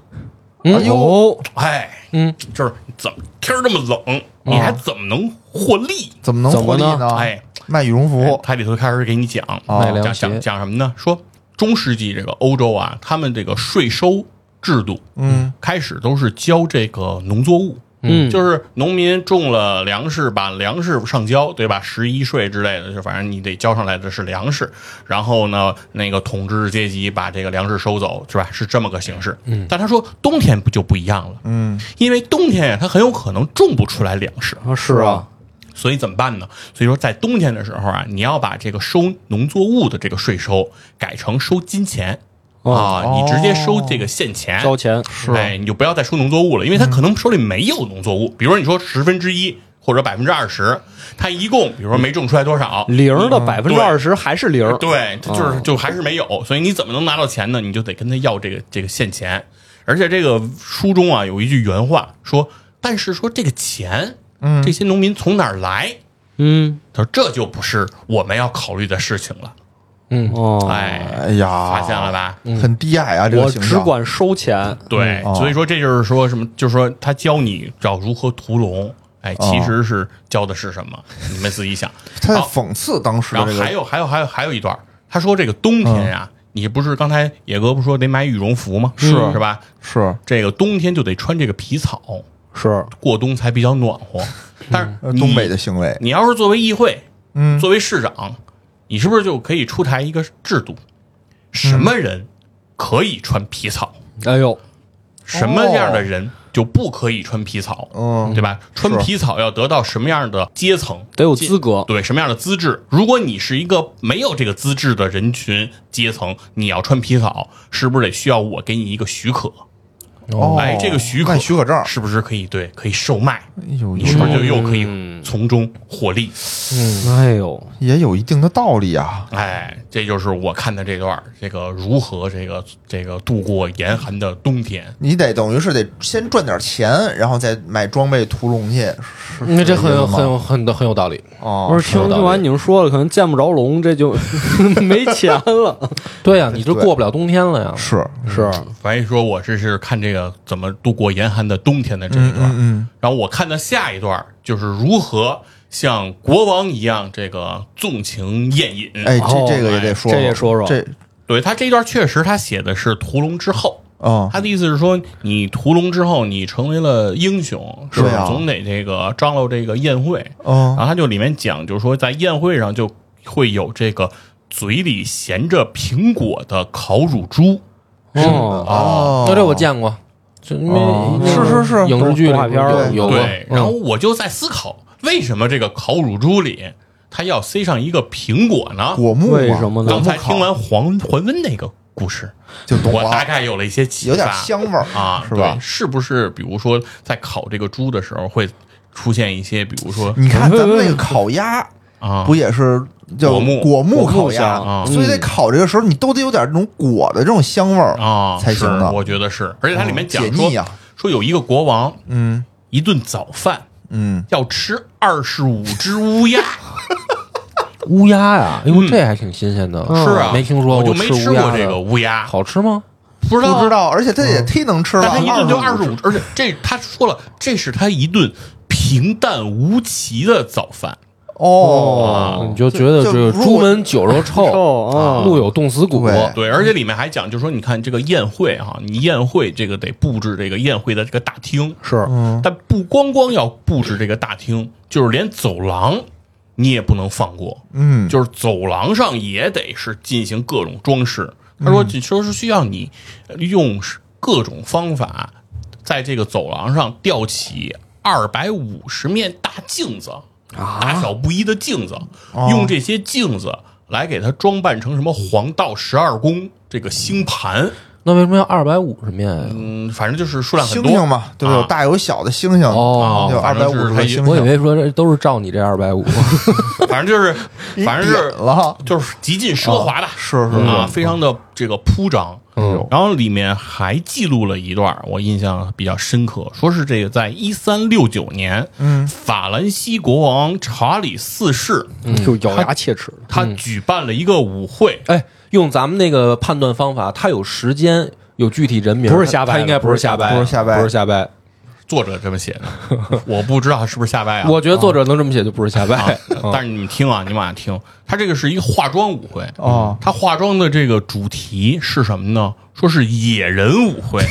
嗯哎呦哦”。哎，嗯，就是怎么天儿这么冷，你还怎么能获利？怎么能怎么获利呢呢？哎，卖羽绒服，它里头开始给你讲，哦卖凉讲鞋讲，讲什么呢？说中世纪这个欧洲啊，他们这个税收制度嗯，开始都是交这个农作物，嗯就是农民种了粮食，把粮食上交，对吧？十一税之类的，就反正你得交上来的是粮食。然后呢，那个统治阶级把这个粮食收走，是吧？是这么个形式。嗯，但他说冬天不就不一样了，嗯，因为冬天呀，它很有可能种不出来粮食，啊，是是啊啊，所以怎么办呢？所以说，在冬天的时候啊，你要把这个收农作物的这个税收改成收金钱哦啊，你直接收这个现钱，交钱嗯哎，你就不要再收农作物了，因为他可能手里没有农作物，比如说你说十分之一或者百分之二十，他一共比如说没种出来多少，嗯零嗯的百分之二十还是零，对，他就是就还是没有，所以你怎么能拿到钱呢？你就得跟他要这个这个现钱，而且这个书中啊有一句原话说，但是说这个钱，嗯，这些农民从哪儿来？嗯，他说这就不是我们要考虑的事情了，嗯哦，哎，哎呀，发现了吧？嗯很低矮啊，这我个形只象。管收钱，嗯对，哦所以说这就是说什么，就是说他教你找如何屠龙，哎，其实是教的是什么？你们自己想。他在好讽刺当时然的后这还个，嗯有还有还有还有一段，他说这个冬天呀、你不是刚才野哥不说得买羽绒服吗？是是吧？是呃这个冬天就得穿这个皮草，是过冬才比较暖和。但是呃你东北的，行为，你要是作为议会，嗯，作为市长，你是不是就可以出台一个制度，什嗯么人可以穿皮草？哎呦，什么样的人就不可以穿皮草，哦嗯对吧？穿是皮草要得到什么样的阶层，得有资格，对什么样的资质？如果你是一个没有这个资质的人群阶层，你要穿皮草，是不是得需要我给你一个许可？哦，哎，这个许可看许可证，是不是可以对可以售卖？哎呦，你是不是就又可以嗯从中获利？嗯哎呦，也有一定的道理啊。哎，这就是我看的这段儿，这个如何这个这个度过严寒的冬天。你得等于是得先赚点钱，然后再买装备屠龙去，是嗯那这很有很有有很很有道理。哦，不是听道听理完你们说了，可能见不着龙，这就 没钱了，对呀，你就对过不了冬天了呀。是，嗯是反正说我这是看这个怎么度过严寒的冬天的这一嗯段，嗯嗯，然后我看的下一段就是如何像国王一样这个纵情宴饮。哎，哦这这个也得说，这也说说这对他这一段确实他写的是屠龙之后，啊，他的意思是说你屠龙之后你成为了英雄，是对吧？啊总得这个张罗这个宴会。然嗯，后他就里面讲，就是说在宴会上就会有这个嘴里衔着苹果的烤乳猪。哦，哦，啊那嗯这我见过，就因为哦因为是是是影视剧里动画片儿啊有有过。对，嗯然后我就在思考，为什么这个烤乳猪里它要塞上一个苹果呢？果啊木嘛为什么呢刚才听完黄还温那个故事，就懂我大了，概有了一些启发，有点香味儿啊，是吧对？是不是比如说在烤这个猪的时候会出现一些，比如说你嗯看咱们那个烤鸭，啊不，也是叫果木果木烤果木鸭香，啊所以在烤这个时候，你都得有点那种果的这种香味儿啊才行是的。我觉得是，而且它里面讲嗯解说腻啊说有一个国王嗯一顿早饭嗯，要吃二十五只乌 鸦。乌鸦呀，哎呦，这还挺新鲜的。是啊，嗯没听说我就没吃吃乌鸦过的这个乌鸦，好吃吗？不知道不啊知道，而且它也忒能吃了，但他一顿就二十25五，而且这他说了，这是他一顿平淡无奇的早饭。哦，啊你就觉得就这个如果朱门酒肉臭臭啊路有冻死骨。对对，而且里面还讲，就说你看这个宴会哈、你宴会这个得布置这个宴会的这个大厅，是嗯但不光光要布置这个大厅，就是连走廊你也不能放过，嗯，就是走廊上也得是进行各种装饰。他说，嗯只说是需要你呃用各种方法，在这个走廊上吊起二百五十面大镜子，啊大小不一的镜子，哦用这些镜子来给它装扮成什么黄道十二宫这个星盘，那为什么要二百五十面呀？嗯，反正就是数量很星多星嘛，对吧？有啊大有小的星星，哦有啊二反百正五十就是它个也星我以星，为说这都是照你这二百五， 反正就是，反点正是了，就是极尽奢华的，是是啊，是，非常的这个铺张。嗯然后里面还记录了一段我印象比较深刻，说是这个在一三六九年，嗯，法兰西国王查理四世就咬牙切齿。他举办了一个舞会，哎，用咱们那个判断方法，他有时间，有具体人名，不是瞎掰他他应该的不是瞎掰，不是瞎掰不是瞎掰。作者这么写的，我不知道是不是瞎掰啊。我觉得作者能这么写就不是瞎啊掰。嗯，但是你们听啊，你们往下听，他这个是一个化妆舞会哦，他化妆的这个主题是什么呢？说是野人舞会。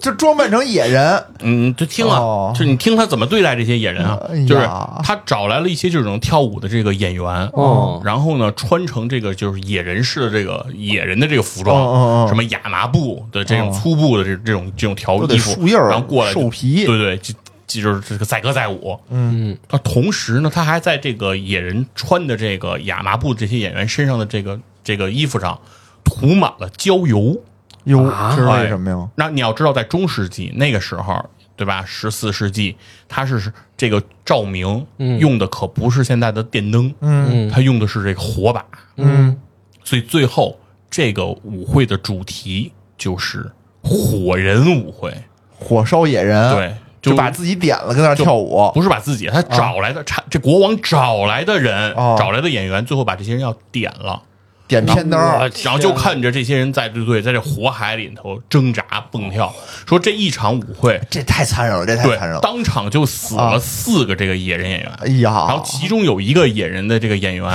就装扮成野人，嗯，就听啊，哦就你听他怎么对待这些野人啊，哎呀就是他找来了一些这种跳舞的这个演员，哦然后呢穿成这个就是野人式的这个野人的这个服装，哦哦哦哦什么亚麻布的这种粗布的这这种这种条都得衣服，树叶儿然后过来就兽皮对对，就就就是这个载歌载舞，嗯，他同时呢，他还在这个野人穿的这个亚麻布这些演员身上的这个这个衣服上涂满了焦油，哟，啊这是哎为什么呀？那你要知道，在中世纪那个时候，对吧？十四世纪，它是这个照明嗯用的可不是现在的电灯，嗯，它用的是这个火把，嗯，所以最后这个舞会的主题就是火人舞会，火烧野人，，对，啊就把啊自己点了，跟那儿跳舞，不是把自己，他找来的，差这国王找来的人，哦找来的演员，最后把这些人要点了。点片灯儿，然后就看着这些人在对对，在这火海里头挣扎蹦跳，说这一场舞会这太残忍了，这太对残忍，了。啊当场就死了四个这个野人演员，哎呀，然后其中有一个野人的这个演 员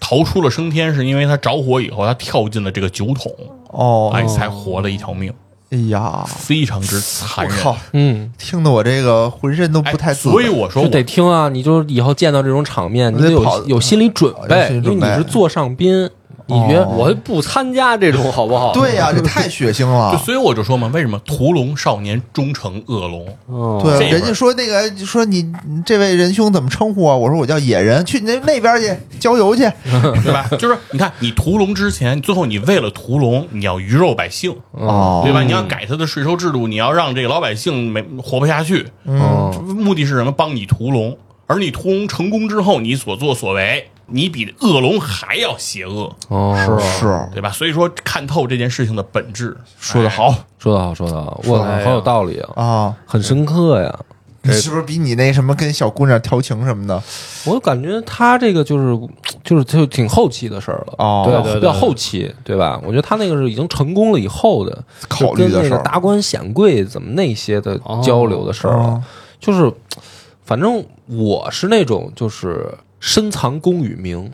逃出了升天，是因为他着火以后他跳进了这个酒桶，哦，哎，才活了一条命，哎呀，非常之我残忍。靠，嗯，听得我这个浑身都哎不太自在。所以我说就我得听啊，你就以后见到这种场面，你得得有跑啊有心理准有备，心理因为准你备哦是座上宾，你觉得我不参加 这种好不好？对呀，这太血腥就了。所以我就说嘛，为什么屠龙少年终成 恶龙？嗯，对这，一会儿人家说那个说你你这位仁兄怎么称呼啊？我说我叫野人，去你那那边去郊游去。对吧？就是你看，你屠龙之前，最后你为了屠龙，你要鱼肉百姓，哦，对吧？你要改他的税收制度，你要让这个老百姓没活不下去，嗯，目的是什么？帮你屠龙，而你屠龙成功之后，你所作所为，你比恶龙还要邪恶，哦，是，对吧？所以说，看透这件事情的本质，说得好哎说得好，说得好，我得好有道理啊，啊，很深刻呀。你是不是比你那什么跟小姑娘调情什么的？我感觉他这个就是就是就挺后期的事儿了，哦对吧对对对比较后期，对吧？我觉得他那个是已经成功了以后的考虑的就跟那事个儿达官显贵怎么那些的交流的事儿了哦，就是反正我是那种就是深藏功与名，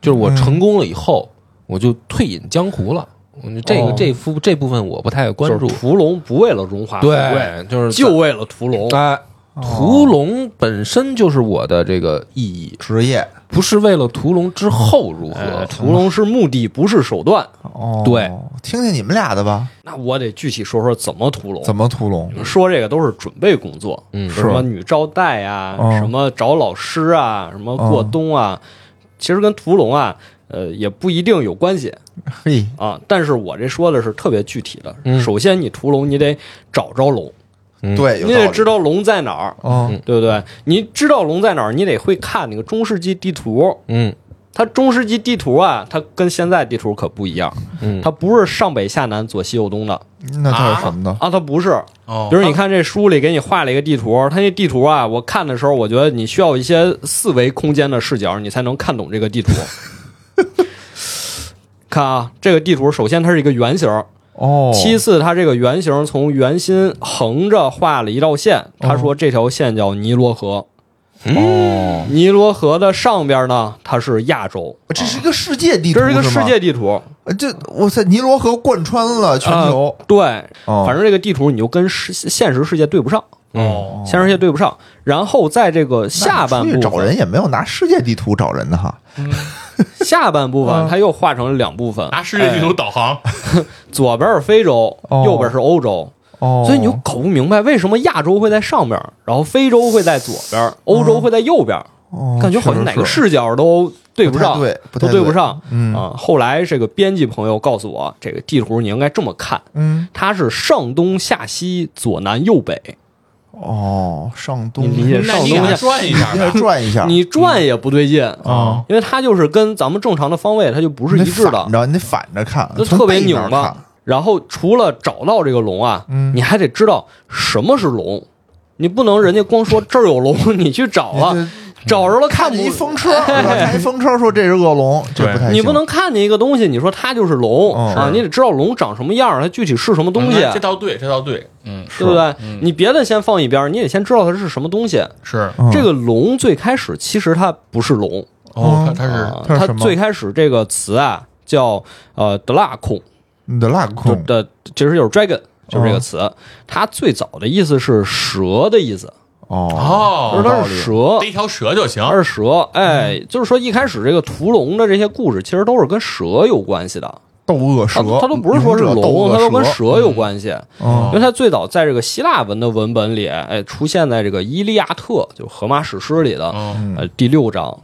就是我成功了以后，我就退隐江湖了。我就这个、哦这部这部分我不太关就注是，屠龙不为了荣华富贵，对，就是就为了屠龙。哎，屠龙本身就是我的这个意义，职业不是为了屠龙之后如哎何。屠龙是目的，不是手段。哦，对，听听你们俩的吧，那我得具体说说怎么屠龙。怎么屠龙？说这个都是准备工作，嗯什么女招待啊，嗯什么找老师啊，什么过嗯冬啊，其实跟屠龙啊，呃，也不一定有关系嘿，啊。但是我这说的是特别具体的，嗯首先你屠龙，你得找着龙，嗯哎对，有你道得理知道龙在哪儿，哦对不对？你知道龙在哪儿，你得会看那个中世纪地图。嗯它中世纪地图啊，它跟现在地图可不一样，嗯，它不是上北下南左西右东的那他是什么呢？啊，它不是，哦比如你看这书里给你画了一个地图，它那地图啊，我看的时候，我觉得你需要一些四维空间的视角，你才能看懂这个地图。 看啊，这个地图首先它是一个圆形，哦，其次它这个圆形从圆心横着画了一道线，他说这条线叫尼罗河。哦，尼罗河的上边呢，它是亚洲，这是一个世界地图，这是一个是世吗界地图，呃这哇塞，尼罗河贯穿了全球，呃对，哦反正这个地图你就跟世现实世界对不上，哦，现实世界对不上。然后在这个下半部出去分找人也没有拿世界地图找人的哈，下半部嗯分它又划成了两部分，啊拿世界地图导航，左边是非洲，哦右边是欧洲，哦所以你就搞不明白为什么亚洲会在上边，然后非洲会在左边，欧嗯洲会在右边，哦感觉好像哪个是是视角都对不上，太对不太都对不上。嗯啊，后来这个编辑朋友告诉我，这个地图你应该这么看，嗯它是上东下西，左南右北。哦，上东，嗯你也那上你东给它去，转一 下你给它吧，转一下， 你转也不对劲嗯哦啊，因为它就是跟咱们正常的方位，它就不不是一致的你，知道，你得反着看，就从特别背拧面巴看。然后除了找到这个龙啊，嗯你还得知道什么是龙，你不能人家光说这儿有龙， 你去找啊，你找着了这看看见一不，风车，是吧看一风车说这是恶龙，这对不太行。你不能看见一个东西，你说它就是龙嗯啊，是你得知道龙长什么样，它具体是什么东西，啊嗯这倒对，这倒对，嗯，对不对嗯？你别的先放一边，你得先知道它是什么东西。是嗯这个龙最开始其实它不是龙，哦，嗯它它是啊它是它什么最开始这个词啊叫呃德拉孔你得拉就空，的，其实就是 dragon，就是哦这个词。它最早的意思是蛇的意思，啊哦，嗯就是哦，它是蛇逮，一条蛇就行，它是蛇。哎，就是说一开始这个屠龙的这些故事，其实都是跟蛇有关系的。斗恶它蛇，它都不是说是勇者斗龙，恶它都跟蛇蛇有关系。嗯因为它最早在这个希腊文的文本里，哎，出现在这个《伊利亚特》就荷马史诗里的哦嗯呃第六章。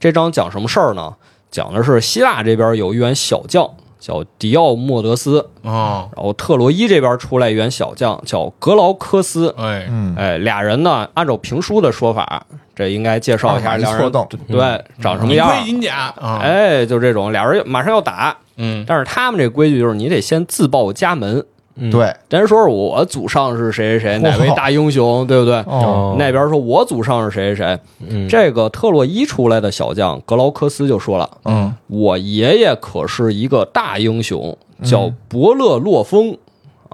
这章讲什么事儿呢？讲的是希腊这边有一员小将叫迪奥莫德斯，哦，然后特洛伊这边出来一员小将叫格劳科斯。哎，嗯，哎，俩人呢，按照评书的说法，这应该介绍一下啊二马一俩人错蹬对长什么嗯银样。盔银甲啊，哎，就这种，俩人马上要打，嗯，但是他们这规矩就是你得先自报家门，对，人说我祖上是谁谁谁，哪哇位大英雄，对不对？哦，那边说我祖上是谁谁谁。这个特洛伊出来的小将格劳克斯就说了，嗯，我爷爷可是一个大英雄，叫伯勒洛风。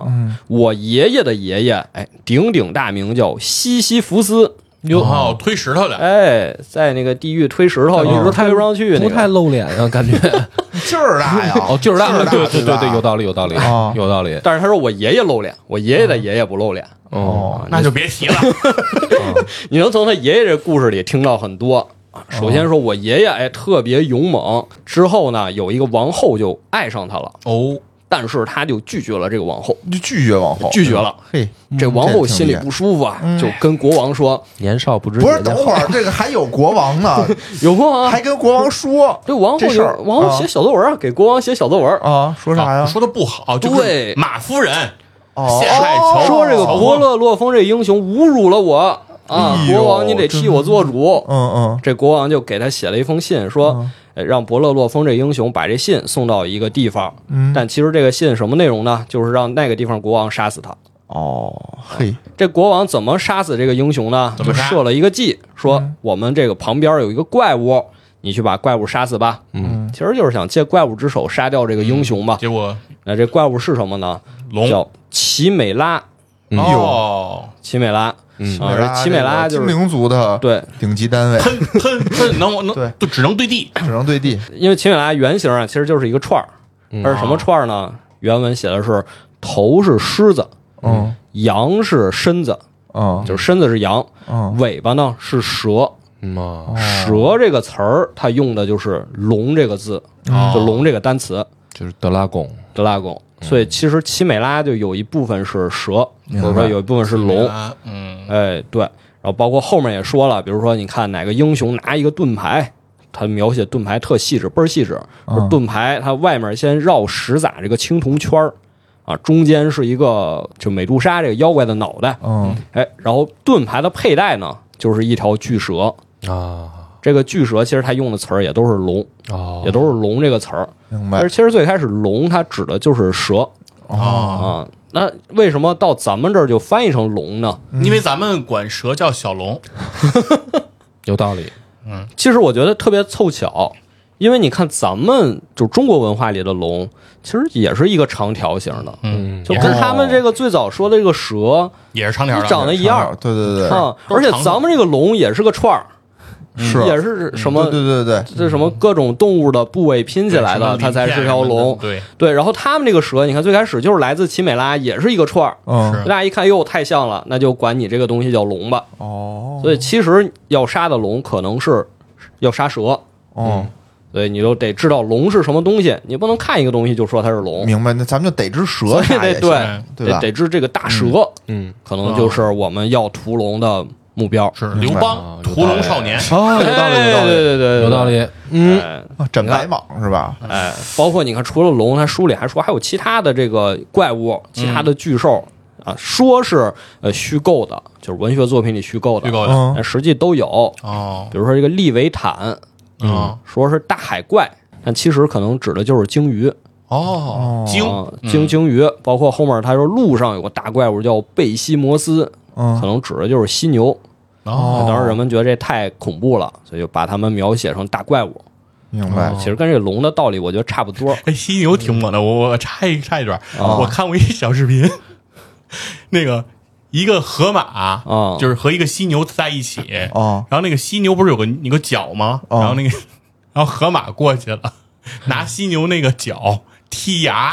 嗯，我爷爷的爷爷，哎，鼎鼎大名叫西西弗斯，哟，哦，推石头的，哎，在那个地狱推石头，一直推不上去那不个，太露脸啊，感觉劲儿 大呀，哦，劲儿大，哦对对对对，有的，道理，有道理啊，有道理。但是他说我爷爷露脸，我爷爷的爷爷不露脸。哦，那就别提了，你能从他爷爷这故事里听到很多。啊首先说，我爷爷哎特别勇猛，之后呢，有一个王后就爱上他了，哦，但是他就拒绝了这个王后，就拒绝往后，拒绝哦了。嘿，这王后心里嗯这挺厉害嗯不舒服啊，就跟国王说年少不知不是，等会儿这个还有国王 呢，：“有国王啊还跟国王说对王后这事有儿王后写小作文啊，给国王写小作文，啊，说啥呀啊？说的不好，就是对马夫人，哦陷害乔说这个乔伯勒洛风这英雄侮辱了我啊，哎呦国王你得替我做主。”嗯这国王就给他写了一封信，说呃让伯勒洛风这英雄把这信送到一个地方。嗯嗯，但其实这个信什么内容呢？就是让那个地方国王杀死他。哦，嘿，这国王怎么杀死这个英雄呢？怎么就杀设了一个计，说我们这个旁边有一个怪物，你去把怪物杀死吧。嗯，其实就是想借怪物之手杀掉这个英雄嘛。 结果那这怪物是什么呢？嗯龙叫奇美拉。嗯哎哦，奇美拉，嗯啊，这奇美美拉就这个是精灵族的对，顶级单位，喷喷 喷，能能对就只能对地，只能对地，因为奇美拉原型啊，其实就是一个串儿，嗯它啊是什么串儿呢？原文写的是头是狮子，嗯羊是身子，嗯就是身子是羊，嗯，尾巴呢是哦蛇，嗯啊，蛇这个词儿，它用的就是“龙”这个字，哦就“龙”这个单词，就是德拉贡，德拉嗯贡。所以其实奇美拉就有一部分是蛇，明白或者说有一部分是龙。啊，嗯，哎，对。然后包括后面也说了，比如说你看哪个英雄拿一个盾牌，他描写盾牌特细致，倍儿细致。嗯说盾牌它外面先绕十匝这个青铜圈儿。啊，中间是一个就美杜莎这个妖怪的脑袋，嗯哎，然后盾牌的佩戴呢，就是一条巨蛇，啊这个巨蛇其实它用的词儿也都是龙，哦也都是龙这个词儿。明但白是其实最开始龙它指的就是蛇哦，啊。那为什么到咱们这儿就翻译成龙呢？因为咱们管蛇叫小龙，有道理。其实我觉得特别凑巧，因为你看咱们就中国文化里的龙，其实也是一个长条形的，嗯，就也跟是他们这个最早说的这个蛇也是长条的，长得一样对对对，啊。都而是且长的咱们这个龙也是个串儿，是嗯也是什么对对对对，这什么各种动物的部位拼起对来什么的，它鳞才片是什条么的龙。对，对，然后他们这个蛇，你看最开始就是来自奇美拉，也是一个串儿。嗯是大家一看，哟，太像了，那就管你这个东西叫龙吧。哦所以其实要杀的龙可能是要杀蛇，哦，嗯所以你就得知道龙是什么东西，你不能看一个东西就说它是龙，哦明白，那咱们就逮只蛇所以啥也得行，对对吧得得知这个大蛇，嗯可能就是我们要屠龙的目标。是明刘白邦啊屠龙少年，哦，有道理，有对道理，对对，有道理。理。嗯，哎啊斩白蟒是吧？哎，包括你看，除了龙，它书里还说还有其他的这个怪物，其他的巨兽。说是呃虚构的，就是文学作品里虚构的，虚构的嗯但实际都有。哦，比如说这个利维坦，嗯说是大海怪，但其实可能指的就是鲸鱼，哦，鲸啊鲸鲸鱼，包括后面他说路上有个大怪物叫贝西摩斯，可嗯，能指的就是犀牛。哦，当时人们觉得这太恐怖了，所以就把它们描写成大怪物。明哦白其实跟这龙的道理，我觉得差不 多。哎，犀牛挺猛的，我我插一插一段，哦我看过一小视频， 那个一个河马哦就是和一个犀牛在一起，哦然后那个犀牛不是有个有个角吗？哦然后那个然后河马过去了，拿犀牛那个角。剔牙，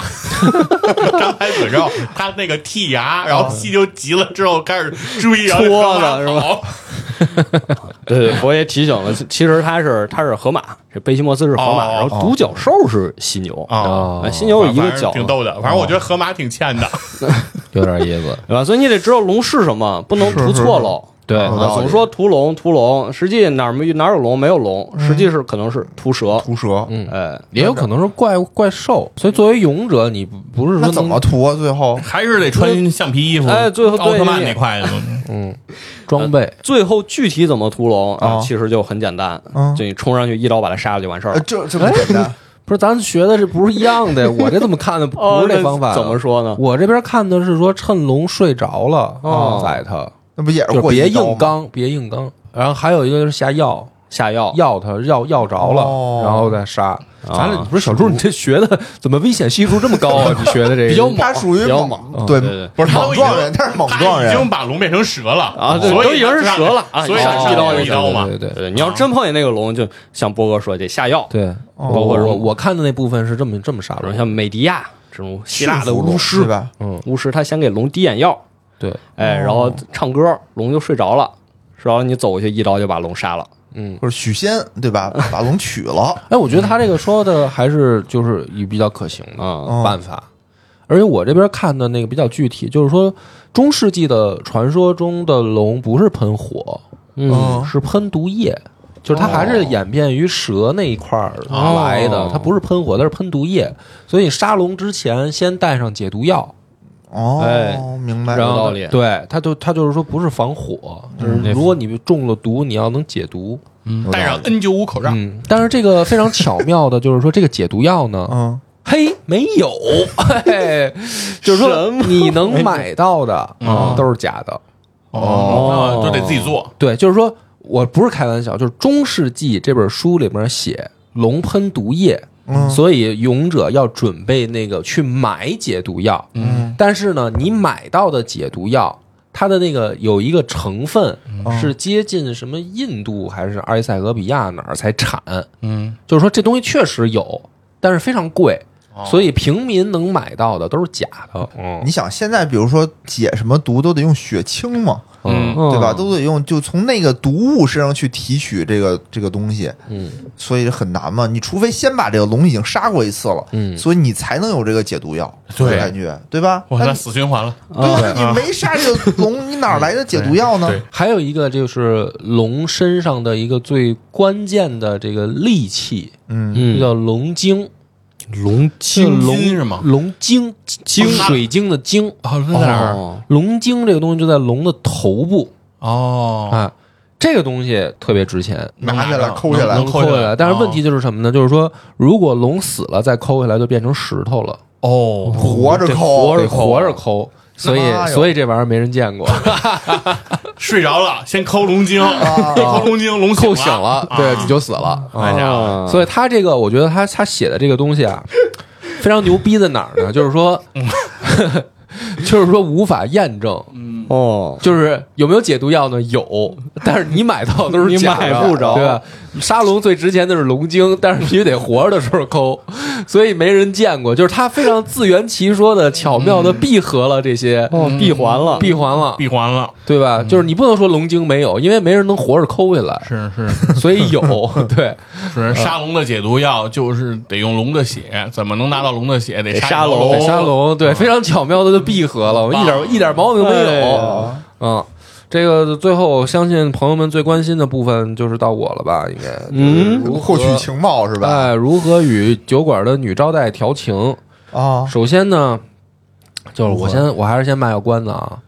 张开嘴之后，他那个剔牙，然后犀牛急了之后开始追，然后戳河马哦了是吧跑？对对，我也提醒了， 其实它是它是河马，这贝西莫斯是河马，哦然后独角兽是犀牛哦哎啊犀牛有一个反正角，哦挺逗的。反正我觉得河马挺欠的。有点意思。对吧？所以你得知道龙是什么，不能是图是错喽。对有啊，道理总说屠龙，屠龙，实际哪儿没哪有龙，没有龙，实际是可能是屠蛇。屠蛇，嗯，哎， 也有可能是怪怪兽，所以作为勇者，你不不是说那怎能么屠啊？最后还是得穿橡皮衣服。哎最后对奥特曼那块的，嗯装备？最后具体怎么屠龙啊哦？其实就很简单嗯，就你冲上去一刀把它杀了就完事儿呃了。这这么简单不是，咱学的这不是一样 的。我这怎么看的不是这方法？啊怎么？说呢？我这边看的是说趁龙睡着了哦啊，宰他，那不也就是是过别一刀吗硬刚，别硬刚。然后还有一个就是下药，下药药他药药着了哦，然后再杀。咱俩哦啊不是小猪，你这学的怎么危险系数这么高啊？你学的这个比较猛他属于比较猛，对对对不是他猛都已经撞人，他是猛撞他已人经把龙变成蛇了啊对所以都已经是他蛇了啊所以他哦上刀对一刀嘛对。对对呃对，你要真碰见那个龙，就像波哥说，得下药，对。哦我我我看的那部分是这么这么杀比如龙，像美迪亚这种希驯腊的服巫龙师对，吧？嗯，巫师他先给龙滴眼药，对，哎，然后唱歌，龙就睡着了，睡着了你走过去一刀就把龙杀了。嗯。或者许仙对吧？把龙取了，哎，我觉得他这个说的还是就是以比较可行的哦嗯办法，而且我这边看的那个比较具体，就是说中世纪的传说中的龙不是喷火，嗯，是喷毒液，就是它还是演变于蛇那一块儿来的，哦它不是喷火，它是喷毒液，所以杀龙之前先带上解毒药，哎哦，明白然然有后道呢理对，它就它就是说不是防火，就是如果你中了毒，你要能解毒，戴上 N 九五口罩，嗯，但是这个非常巧妙的就是说这个解毒药 呢，嗯，嘿，没有， 嘿，就是说什么你能买到的嗯都是假的。哦那就得自己做。对，就是说我不是开玩笑，就是中世纪这本书里面写龙喷毒液，嗯所以勇者要准备那个去买解毒药。嗯，但是呢，你买到的解毒药，它的那个有一个成分是接近什么印度还是埃塞俄比亚哪儿才产，嗯，就是说这东西确实有，但是非常贵，所以以平民能买到的都是假的。你想现在比如说解什么毒都得用血清嘛，嗯对吧？都得用就从那个毒物身上去提取这个这个东西，嗯，所以很难嘛。你除非先把这个龙已经杀过一次了，嗯所以你才能有这个解毒药，对我感觉对吧？哇，那哎那你死循环了。对嗯吧？你没杀这个龙，你哪来的解毒药呢？嗯对还有一个就是龙身上的一个最关键的这个利器，嗯，就嗯，叫龙晶，龙这个龙金是吗龙晶，晶哦水晶的晶。哦，在哪儿？哦，龙晶这个东西就在龙的头部哦，啊，这个东西特别值钱，拿下来能抠下来能能抠抠下下来哦来。但是问题就是什么呢？就是说，如果龙死了再抠下来，就变成石头了，哦，活着抠，得活着抠。所以妈，哟所以这玩意儿没人见过，睡着了，先抠龙筋， 一抠龙筋，龙抠醒啊醒了，对，你就死了。哎呀，啊所以他这个，我觉得他他写的这个东 西啊，非常牛逼在哪儿呢？就是说， 就是说无法验证，哦，就是有没有解毒药呢？有，但是你买到都是假的你买不着对吧？沙龙最值钱的是龙晶，但是必须得活着的时候抠，所以没人见过。就是他非常自圆其说的巧妙的闭合了这些，哦，嗯闭环了，嗯闭环了，闭环了，对吧？就是你不能说龙晶没有，因为没人能活着抠下来，是 是所以 有对。是，沙龙的解毒药就是得用龙的血，怎么能拿到龙的血？得得杀杀一头龙对沙龙对，非常巧妙的就闭合了，一点一点毛病没哎有呀。嗯，这个最后相信朋友们最关心的部分就是到我了吧？应该嗯如何获取情报是哎吧？哎，如何与酒馆的女招待调情？啊，首先呢，就是我先，我还是先卖个关子啊，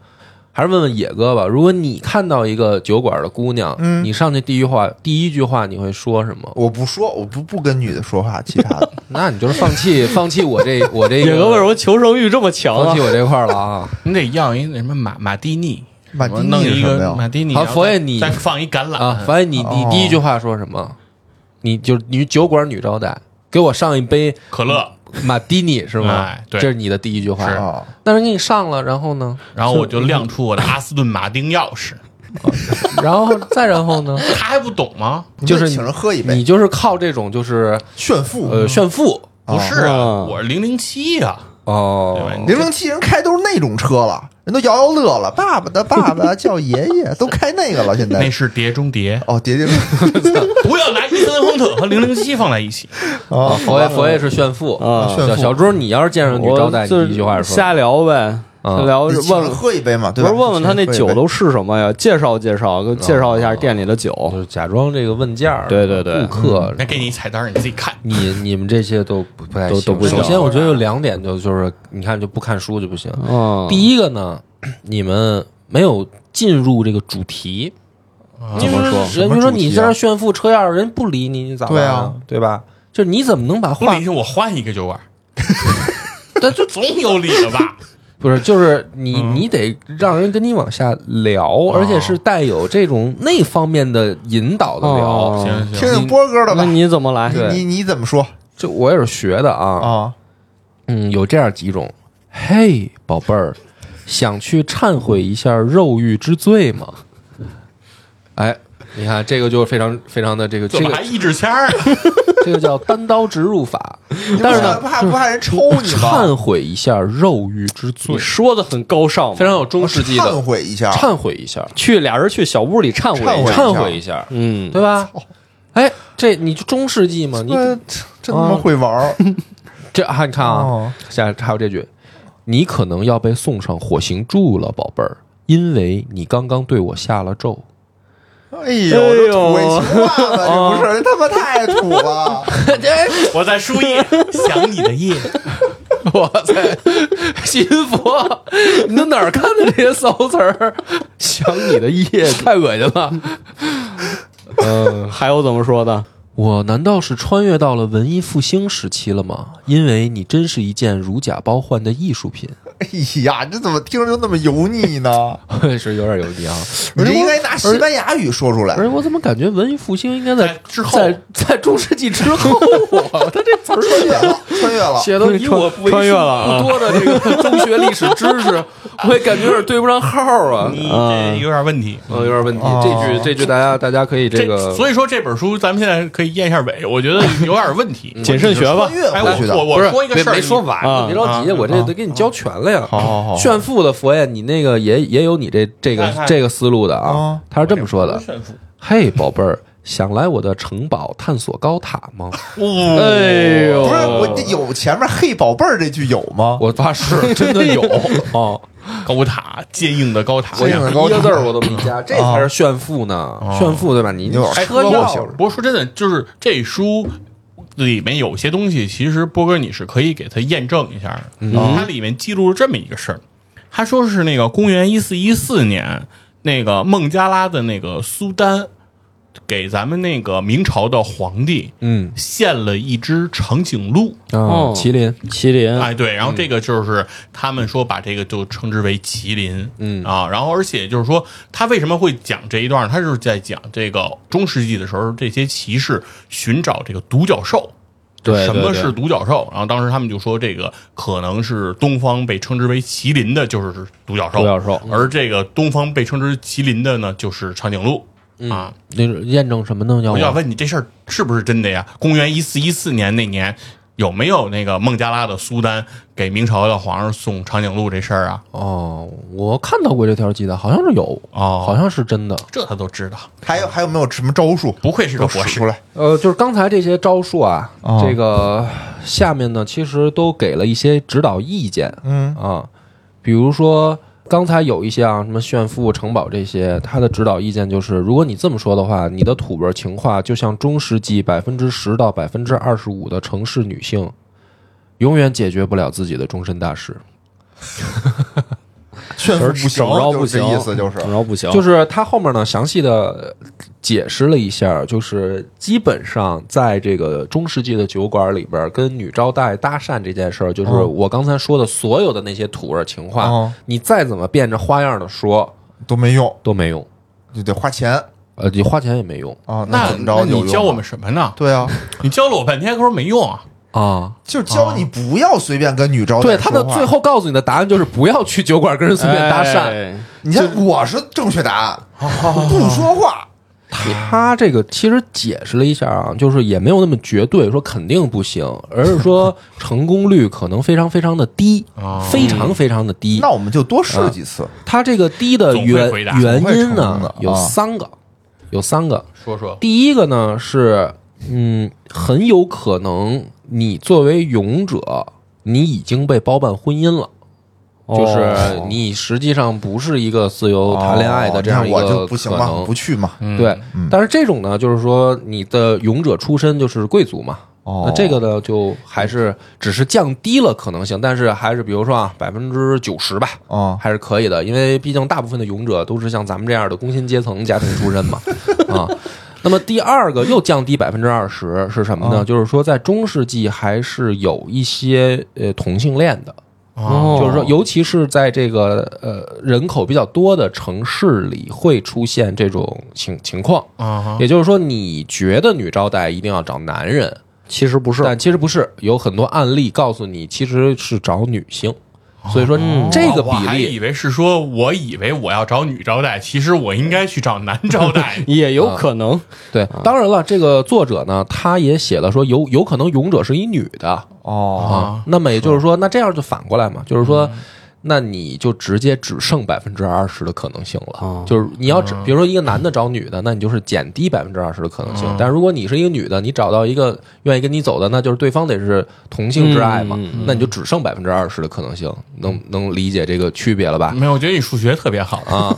还是问问野哥吧。如果你看到一个酒馆的姑娘，嗯你上去第一话，第一句话你会说什么？我不说，我不不跟女的说话，其 他的那你就是放弃，放弃我这我这个野哥为什么求生欲这么强放啊弃？我这块儿了啊？你得要一那什么马马蒂尼，马蒂弄尼是一什个么呀？马蒂尼，好然后啊佛爷再你再放一橄榄啊，反正你你哦第一句话说什么？你就女酒馆女招待，给我上一杯可乐，马蒂尼是吗？哎对这是你的第一句话。是啊，但是给你上了，然后呢？ 然后我就亮出我的阿斯顿马丁钥匙，然后再然后 呢？他还不懂吗？就是你请人喝一杯你就是靠这种就是炫富。呃炫富不是啊，哦我是零零七啊呀，对吧哦？零零七人开都是那种车了，人都摇摇乐了，爸爸的 爸爸叫爷爷，都开那个了。现那在，是碟中谍哦，叠叠乐不要拿伊森亨特和零零七放在一起。哦啊，佛爷佛爷是炫富啊炫小富小朱，你要是见上女招待，我你就第一句话是说瞎聊呗，嗯聊你请人哦问喝一杯嘛，对不吧？是问问他那请人喝一酒杯都是什么呀？介绍介绍，给我介绍一下店里的酒。就是假装这个问价儿，对对对顾客。 那给你一彩蛋，你自己看。你你们这些都不不太都都行。不行首先，我觉得有两点，就就是你看就不看书就不行。嗯，第一个呢，你们没有进入这个主题，啊怎么啊说人就说你在这儿炫富车钥匙，人不理你，你咋办对啊啊？对吧？就是你怎么能把不话理我换一个酒馆， 那就总有理了吧？不是，嗯就是你你得让人跟你往下聊，而且是带有这种那方面的引导的聊。哦行行听听波哥的那。吧你怎么来？你你怎么说这我也是学的啊，哦啊？嗯，有这样几种。嘿，宝贝儿，想去忏悔一下肉欲之罪吗？哎，你看这个就非常非常的这个这怎么还个一纸签儿？这个叫单刀直入法，但是呢你不，怕不怕人抽你吗？忏悔一下肉欲之罪你，说的很高尚嘛，非常有中世纪哦忏的悔啊一下，忏悔一下，去俩人去小屋里忏悔一下，忏悔一下，嗯，对吧？哎，这你就中世纪嘛，你呃真他妈会玩哦儿这啊，你看啊哦，下还有这句，你可能要被送上火刑柱了，宝贝儿，因为你刚刚对我下了 咒。哎呦，这土味情话吧，这不是，这他妈太土 了。 我在输 液，想你的夜，哇塞，新佛，你都哪儿看的这些骚词儿？ 想你的夜，太恶心了。嗯，还有怎么说的？我难道是穿越到了文艺复兴时期了吗？因为你真是一件如假包换的艺术品，哎呀，这怎么听着就那么油腻 呢？ 是有点油腻啊。你这应该拿西班牙语说出来而。且我怎么感觉文艺复兴应该在在之后在在中世纪之 后啊？他这词儿穿越了，穿越了，写的以我为穿越数了啊不多的这 个中学历史知识，我也感觉有点对不上号 啊，你这有点问题。嗯，有点问题。哦这句这句大家大家可以这这个，所以说这本书咱们现在可以验一下尾，我觉 得有点问题。谨慎学吧穿，越哎，回去的我。我不是我说一个没事儿，没说完呢，啊别着急，啊我这得给你交全了呀。好好好炫富的佛爷，你那个也也有你这这个看看这个思路的啊哦。他是这么说的不是：炫富嘿，宝贝儿，想来我的城堡探索高塔吗？呃哎呦，不是我这有前面“嘿宝贝儿”这句有吗？我发誓，真的有哦。高塔，坚硬的高塔。坚硬的高一塔个字儿我都没加，这才是炫富呢！炫富对吧？你有点哎，车不过钥匙不过说真的，就是这书里面有些东西，其实波哥你是可以给他验证一下的。嗯它里面记录了这么一个事儿，他说是那个公元一四一四年，那个孟加拉的那个苏丹给咱们那个明朝的皇帝嗯献了一只长颈鹿。啊，哦麒麟麒麟，哎，对，然后这个就是他们说把这个就称之为麒麟，嗯啊，然后而且就是说他为什么会讲这一段呢？他就是在讲这个中世纪的时候，这些骑士寻找这个独角兽。对什对么对是独角兽？然后当时他们就说，这个可能是东方被称之为麒麟的，就是独角兽；独角兽而这个东方被称之为麒麟的呢，就是长颈鹿、嗯啊。那是验证什么呢？要我我就想问你，这事儿是不是真的呀？公元一四一四年那年，有没有那个孟加拉的苏丹给明朝的皇上送长颈鹿这事儿啊？哦，我看到过这条记得，好像是有哦好像是真的。这他都知道，还有还有没有什么招数？不愧是个都博使士出。来呃，就是刚才这些招数啊，哦这个下面呢，其实都给了一些指导意见，嗯啊，比如说刚才有一些啊，什么炫富、城堡这些，他的指导意见就是，如果你这么说的话，你的土味情话就像中世纪百分之十到百分之二十五的城市女性，永远解决不了自己的终身大事。炫富就是不行，怎么着不就是行，这意思就是嗯怎么着不行，就是他后面呢，详细的解释了一下，就是基本上在这个中世纪的酒馆里边，跟女招待搭讪这件事儿，就是嗯我刚才说的所有的那些土味情话，嗯你再怎么变着花样的说都没用，都没用，就得花钱呃，你花钱也没用啊。那怎么着？那你教我？们什么呢？对啊，你教了我半天，可是没用啊！啊。就是教你不要随便跟女招待对，他的说话最，后告诉你的答案就是不要去酒馆跟人随便搭讪。哎你看我是正确答 案，哦不说话。他这个其实解释了一下啊，就是也没有那么绝对说肯定不行，而是说成功率可能非常非常的低，哦非常非常的低那。我们就多试几次，他这个低的总会原回答原因总会成功的呢啊有三个，有三个。说说，第一个呢是，嗯，很有可能你作为勇者，你已经被包办婚姻了。哦就是你实际上不是一个自由谈恋爱的这样哦一那我就个不行可嘛，能不去嘛。嗯对，但是这种呢，就是说你的勇者出身就是贵族嘛。哦嗯那这个呢，就还是只是降低了可能性，但是还是比如说啊，百分之九十吧，哦，还是可以的，因为毕竟大部分的勇者都是像咱们这样的工薪阶层家庭出身嘛，啊。那么第二个又降低百分之二十是什么呢？就是说在中世纪还是有一些呃同性恋的，哦，就是说，尤其是在这个呃人口比较多的城市里，会出现这种情情况。啊哈，也就是说，你觉得女招待一定要找男人，其实不是，。但其实不是，有很多案例告诉你，其实是找女性。所以说，这个哦嗯我比还以例为是说，我以为我要找女招待，其实我应该去找男招待 也有可能，对，当然了，这个作者呢，他也写了说有有可能勇者是一女的哦，啊，那么也就是说，那这样就反嗯过来嘛，就是说。那你就直接只剩百分之二十的可能性了哦，就是你要只比如说一个男的找女的，那你就是减低百分之二十的可能性啊嗯。但如果你是一个女的，你找到一个愿意跟你走的，那就是对方得是同性之爱嘛嗯，那你就只剩百分之二十的可能性，能能理解这个区别了吧？没有，我觉得你数学特别嗯好 啊。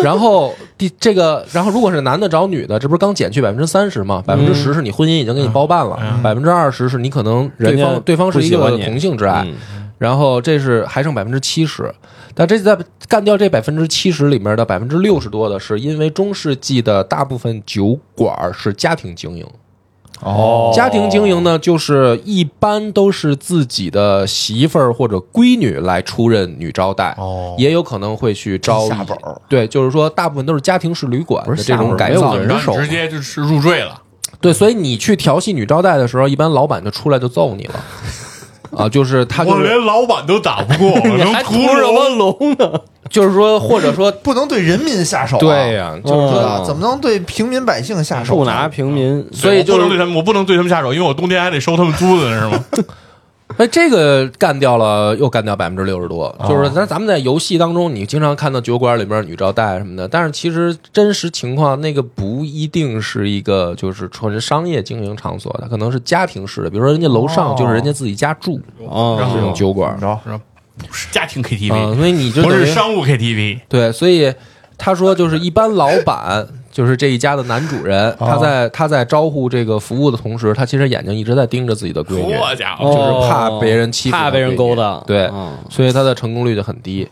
然后第这个，然后如果是男的找女的，这不是刚减去百分之三十嗯吗？百分之十是你婚姻已经给你包办了，百分之二十是你可能对人方家对方是不一喜个欢你同性之爱嗯，然后这是还剩百分之七十。但这在干掉这百分之七十里面的百分之六十多的，是因为中世纪的大部分酒馆是家庭经营，哦，家庭经营呢，就是一般都是自己的媳妇儿或者闺女来出任女招待，哦也有可能会去招下本儿对，就是说大部分都是家庭式旅馆不是的这下本种儿改没有造人然后手你直接就是入赘了。对，所以你去调戏女招待的时候，一般老板就出来就揍你了。啊，就是他就我是连老板都打不过， 我能还屠屠什么龙？龙呢？就是说，或者说不能对人民下手啊，对呀、就嗯对啊，怎么能对平民百姓下手？不拿平民，所以我不就能是啊对他们，我不能对他们下手，因为我冬天还得收他们租子呢，是吗？哎，这个干掉了，又干掉百分之六十多，就是咱咱们在游戏当中，你经常看到酒馆里面女招待什么的，但是其实真实情况那个不一定是一个就是纯商业经营场所，它可能是家庭式的，比如说人家楼上就是人家自己家住、啊这种酒馆怎么着？不是 家庭啊、 KTV，所以你就不等是于商务 KTV。对，所以他说就是一般老板。就是这一家的男主人，他在他在招呼这个服务的同时，他其实眼睛一哦直在盯着自己的闺女，好家啊就伙，是怕别人欺哦负怕他被人闺女勾搭，对嗯所以它的成功率就很低。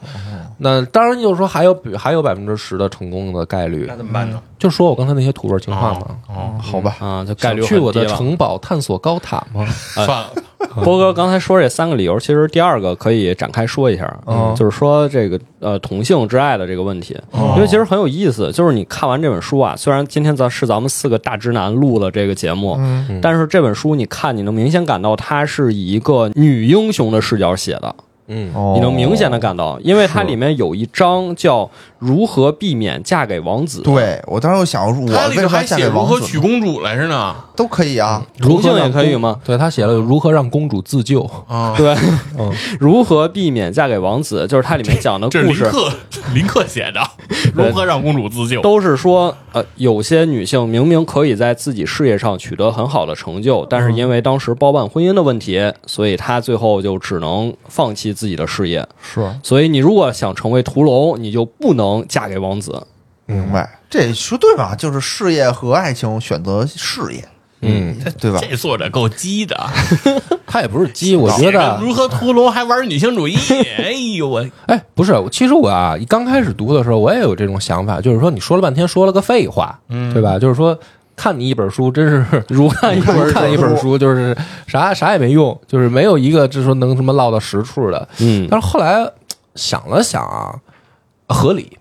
那当然就是说还有比还有百分之十的成功的概率那，怎么办呢？就说我刚才那些土味情话哦嘛。哦，嗯好吧，啊，就概率想去很我低的了。嗯城堡探索高塔吗？算了，波哥刚才说这三个理由，其实第二个可以展开说一下，哦嗯就是说这个呃同性之爱的这个问题，哦因为其实很有意思。就是你看完这本书啊，虽然今天咱是咱们四个大直男录的这个节目，嗯，但是这本书你看，你能明显感到它是以一个女英雄的视角写的，嗯，哦你能明显的感到，因为它是里面有一章叫如何避免嫁给王子，对我当时又想，我呃他为里什么头要还嫁写给如王何子娶公主来着呢？都可以啊？同性如何也让可以公吗？对他写了如何让公主自救， 啊，对，如何避免嫁给王子，就是它里面讲的这是故林事。克 林克写 的，如何让公主自救？都是说，呃，有些女性明明可以在自己事业上取得很好的成就，但是因为当时包办婚姻的问题，所以她最后就只能放弃自己的事业。是，所以你如果想成为屠龙，你就不能嫁给王子。明白？这说对吧？就是事业和爱情选择事业，嗯，对吧？这作者够鸡的， 他也不是鸡，我觉写个得，如何屠龙还玩女性 主义，哎呦我，哎，不是，其实我啊，刚开始读的时候，我也有这种想法，就是说，你说了半天，说了个废话，嗯对吧？就是说，看你一本书，真 是如看一本书看一本书，就是啥啥也没用，就是没有一个就是说能什么落到实处的。嗯，但是后来想了想啊，合理，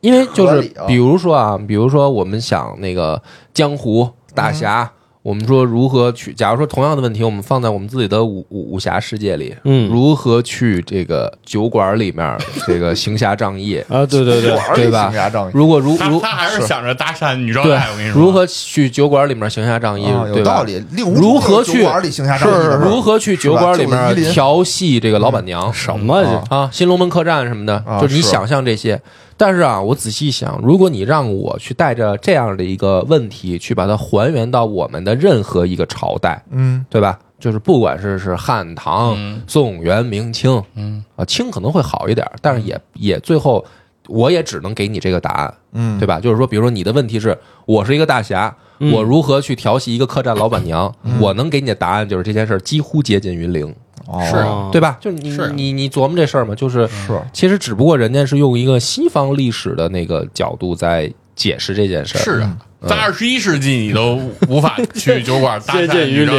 因为就合是理啊比如说啊，比如说我们想那个江湖大侠，嗯我们说如何去，假如说同样的问题，我们放在我们自己的武武武侠世界里，嗯如何去这个酒馆里面这个行侠仗 义？啊，对对对，玩对吧牙仗义如果如他如他还是想着搭讪女装对爱，我跟你，说，哦如何去酒馆里面行侠仗义？啊，有嗯对吧道理。令狐冲如何就是去酒馆里行侠是仗义的嘛？如何去酒馆里是吧面就夷陵调戏这个老板娘？什么这啊，新龙门客栈什么的，啊就是你是想象这些。但是啊，我仔细想，如果你让我去带着这样的一个问题去把它还原到我们的任何一个朝代，嗯，对吧？就是不管是是汉唐、嗯宋元明清嗯，啊，清可能会好一点，但是也也最后我也只能给你这个答案，嗯，对吧？就是说，比如说你的问题是我是一个大侠，嗯我如何去调戏一个客栈老板娘？我能给你的答案就是这件事儿几乎接近于零。哦是啊对吧？就是你是啊你你琢磨这事儿嘛，就是是其实只不过人家是用一个西方历史的那个角度在解释这件事儿。嗯是啊，在二十一世纪你都无法 去酒馆搭接讪近于女装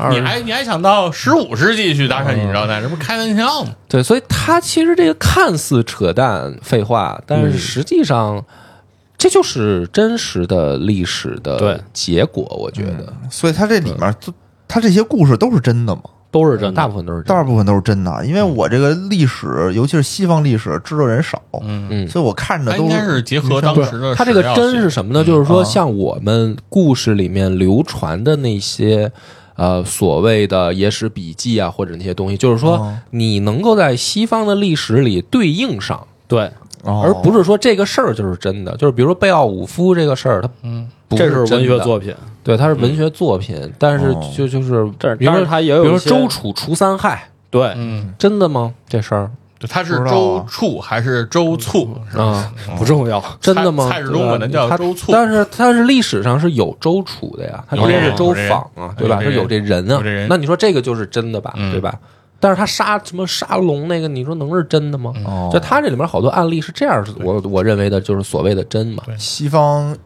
爱零，你还你还想到十五世纪去搭讪嗯女装爱，这不开玩笑吗？对，所以他其实这个看似扯淡废话，但是实际上。这就是真实的历史对的结果，我觉得所以他这里面就他这些故事都是真的嘛？都是真的大。部分都是这大样。部分都是真的，因为我这个历史，尤其是西方历史，知道人少，嗯，嗯，所以我看着他都应该是结合当时的它这个史料真是写什么呢？就是说，啊像我们故事里面流传的那些，呃，所谓的野史笔记啊，或者那些东西，就是说哦你能够在西方的历史里对应上，对，而而不是说这个事儿就是真的。就是比如说贝奥武夫这个事儿，它嗯不这是是真文的学，作品，对，它是文学作品，但是哦就就是，但是比如但是说它也有比如一说些周楚除三害，对，嗯，真的吗？这事儿对他是不知道周啊处还是周醋？是吧啊，不重要。真的吗？蔡蔡氏中文的叫对吧周醋它但是但是历史上是有周楚的呀，它有肯定这是人周有这人访啊，对吧？有这是人有这人啊有这人，那你说这个就是真的吧，嗯对吧？但是他杀什么杀龙那个，你说能是真的嗯吗？哦就他这里面好多案例是这样，我我认为的就是所谓的真嘛。西方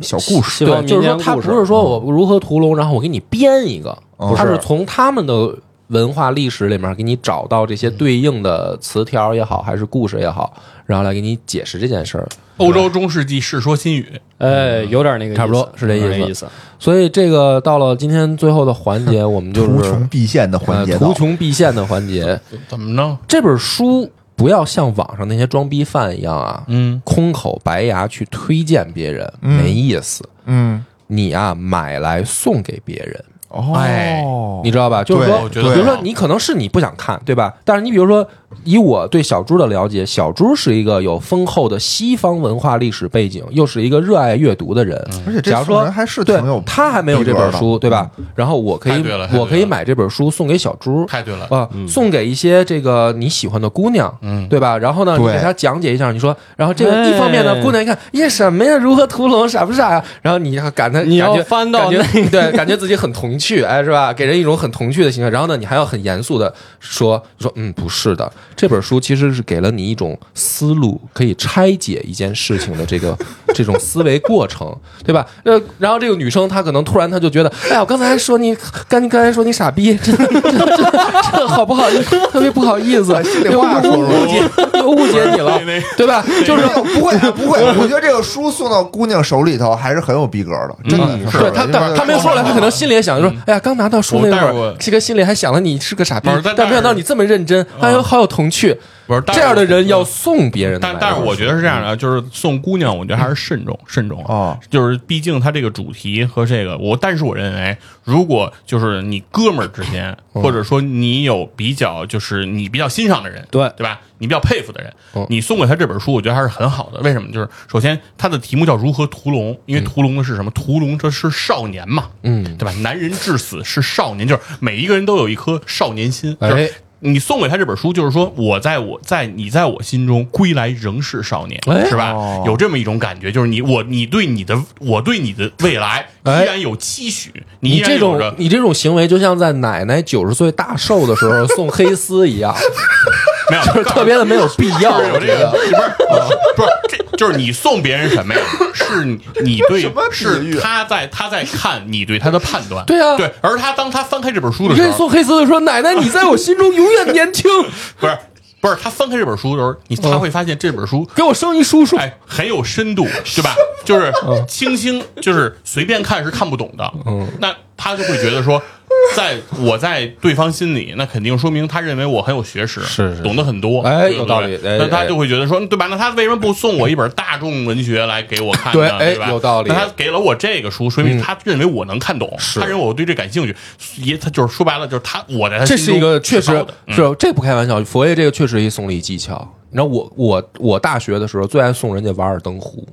小故事，西方对，就是说民间他故事嗯不是说我如何屠龙，然后我给你编一个，哦他不是是从他们的文化历史里面给你找到这些嗯对应的词条也好，还是故事也好，然后来给你解释这件事儿。欧洲中世纪《世说新语》哎，有点那个意思，差不多是这意思有点那个意思。所以这个到了今天最后的环 节，我们就是图穷匕见的环节呃到图了，穷匕见的环节。怎么弄？这本书不要像网上那些装逼犯一样啊，嗯，空口白牙去推荐别人，嗯没意思。嗯，你啊，买来送给别人，哎哦，你知道吧？就是对啊说，我比觉得如 说好你可能是你不想看，对吧？但是你比如说，以我对小猪的了解，小猪是一个有丰厚的西方文化历史背景，又是一个热爱阅读的人。而且假这如宋说人还是挺对有，，他还没有这本书，对吧？嗯然后我可以太对了，太对了我可以买这本书送给小猪，太对了，啊，嗯送给一些这个你喜欢的姑娘，嗯对吧？然后呢，你对给她讲解一下，你说，然后这个一方面呢哎，姑娘一看，耶，什么呀，如何屠龙，傻不傻呀？然后你感叹，你要感觉翻到感觉 对，感觉自己很童趣，哎，是吧？给人一种很童趣的形象。然后呢，你还要很严肃的说，说，嗯，不是的，这本书其实是给了你一种思路，可以拆解一件事情的这 个这种思维过程，对吧？呃，然后这个女生她可能突然她就觉得，哎呀，我刚才说你，刚刚才说你傻逼，这这这这好不好意思？特别不好意思，哎心里话说出来又误解又误解 你了，对吧？就是没有不会啊不会，我觉得这个书送到姑娘手里头还是很有逼格的，真的嗯对他，他他没有说出来，他可能心里也想说：“哎呀，刚拿到书那嗯我待会会儿儿，这个心里还想了你是个傻逼不是但，啊但没想到你这么认真，哎呦，好有童趣。不是”但这样的人要送别人的嗯但买的但是我觉得是这样嗯的，啊就是送姑娘，我觉得还是慎重慎重啊。哦，就是毕竟它这个主题和这个我，但是我认为，如果就是你哥们儿之间，嗯或者说你有比较就是你比较欣赏的人，对对吧？你比较佩服的人嗯，你送给他这本书，我觉得还是很好的。为什么？就是首先它的题目叫如何屠龙，因为屠龙是什么？屠龙这是少年嘛，嗯，对吧？男人至死是少年，就是每一个人都有一颗少年心，就哎是你送给他这本书，就是说我在我在你在我心中归来仍是少年，哎是吧？哦有这么一种感觉，就是你我你对你的我对你的未来依哎然有期许，你依你然这有种着你这种行为，就像在奶奶九十岁大寿的时候送黑丝一 样，没有就是特别的没有必要。就我是有这觉个得，不是不是，这就是你送别人什 么呀？是你你对什么比喻啊是他在他在看你对他的判断，对啊对。而他当他翻开这本书的你可时以候，送黑丝的说：“奶奶，你在我心中永远年轻，不是不是他翻开这本书的时候，你嗯他会发现这本书给我生一叔叔。哎，很有深度，对吧？就是轻轻，就是随便看是看不懂的。嗯，那他就会觉得说，在我在对方心里，那肯定说明他认为我很有学识，是是懂得很多，哎对不有对道理哎那他哎就会觉得说，对吧？那他为什么不送我一本大众文学来给我看呢？对哎对吧？有道理嗯那他给了我这个书，说明他认为我能看懂，是他认为我对这感兴趣，也他就是说白了，就是他我在他这心是中一个确高实的嗯是这不开玩笑，佛爷这个确实一送礼技巧。你知道我我我大学的时候最爱送人家《瓦尔登湖》，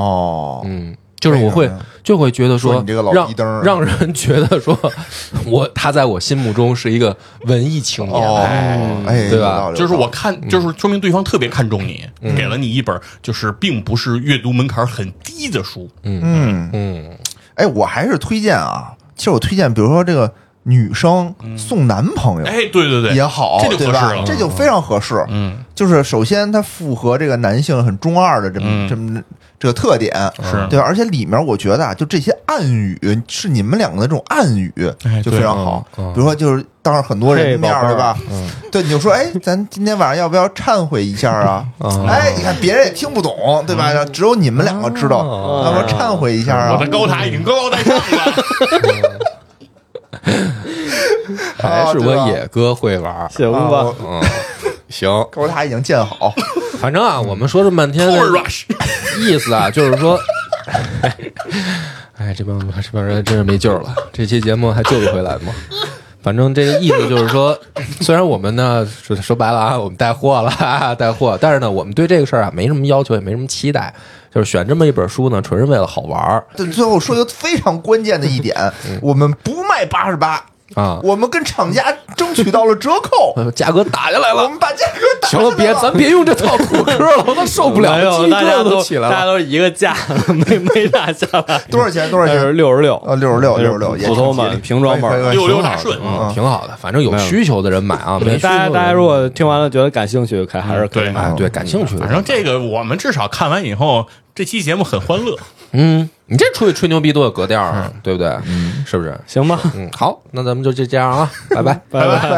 哦，嗯，就是我为会什么呀就会觉得说说你这个老让逼灯儿让人觉得说我他在我心目中是一个文艺青年，哦哎，哎，对吧有道理嗯嗯就是我看，就是说明对方特别看重你，给了你一本就是并不是阅读门槛很低的书。嗯嗯，哎，我还是推荐啊，其实我推荐，比如说这个女生送男朋友。嗯哎，对对对，也好，这就对合适吧了？这就非常合适。嗯，就是首先它符合这个男性很中二的这么、嗯这么这个特点，是对吧。而且里面我觉得啊，就这些暗语是你们两个的这种暗语，哎就对非常好。嗯嗯比如说，就是当着很多人面儿，嘿对宝贝吧？嗯对，你就说，哎，咱今天晚上要不要忏悔一下 啊？嗯哎，你看别人也听不懂，对吧？只有你们两个知道，哦要不要忏悔一下啊嗯我？的高塔已经高高在 上了。还是哦对吧我野哥会玩儿，行啊吧，我嗯，行，高塔已经建好，反正啊，我们说这么半天 Tour Rush，意思啊，就是说， 哎，这帮这帮人真是没救了，这期节目还救得回来吗？反正这个意思就是说，虽然我们呢说说白了啊，我们带货了、 啊，带货，但是呢，我们对这个事儿啊没什么要求，也没什么期待，就是选这么一本书呢，纯是为了好玩儿对，最后说一个非常关键的一点，嗯我们不卖八十八，啊，我们跟厂家争取到了折 扣，价格打下来我了。们把价格打下行来了，别，咱别用这套苦嗑了，我都受不了，没鸡有，皮大疙瘩家都都起来大家了。都一个价，没没打下 来，多少钱？多少但是钱？六十六啊，六十六，六十六，也普通挺吉哎利版平装版可以可以六六挺大好顺。嗯，挺好的，反正有需求的人买啊，没对，需求大的家人大家如果听完了觉得感兴趣，可还是可以嗯对买。啊哎对感兴趣的人反正这个我们至少看完以后，这期节目很欢乐。嗯，你这出去吹牛逼多有格调啊，对不对？嗯，是不是？行吧，嗯，好，那咱们就这这样啊，拜拜。拜拜。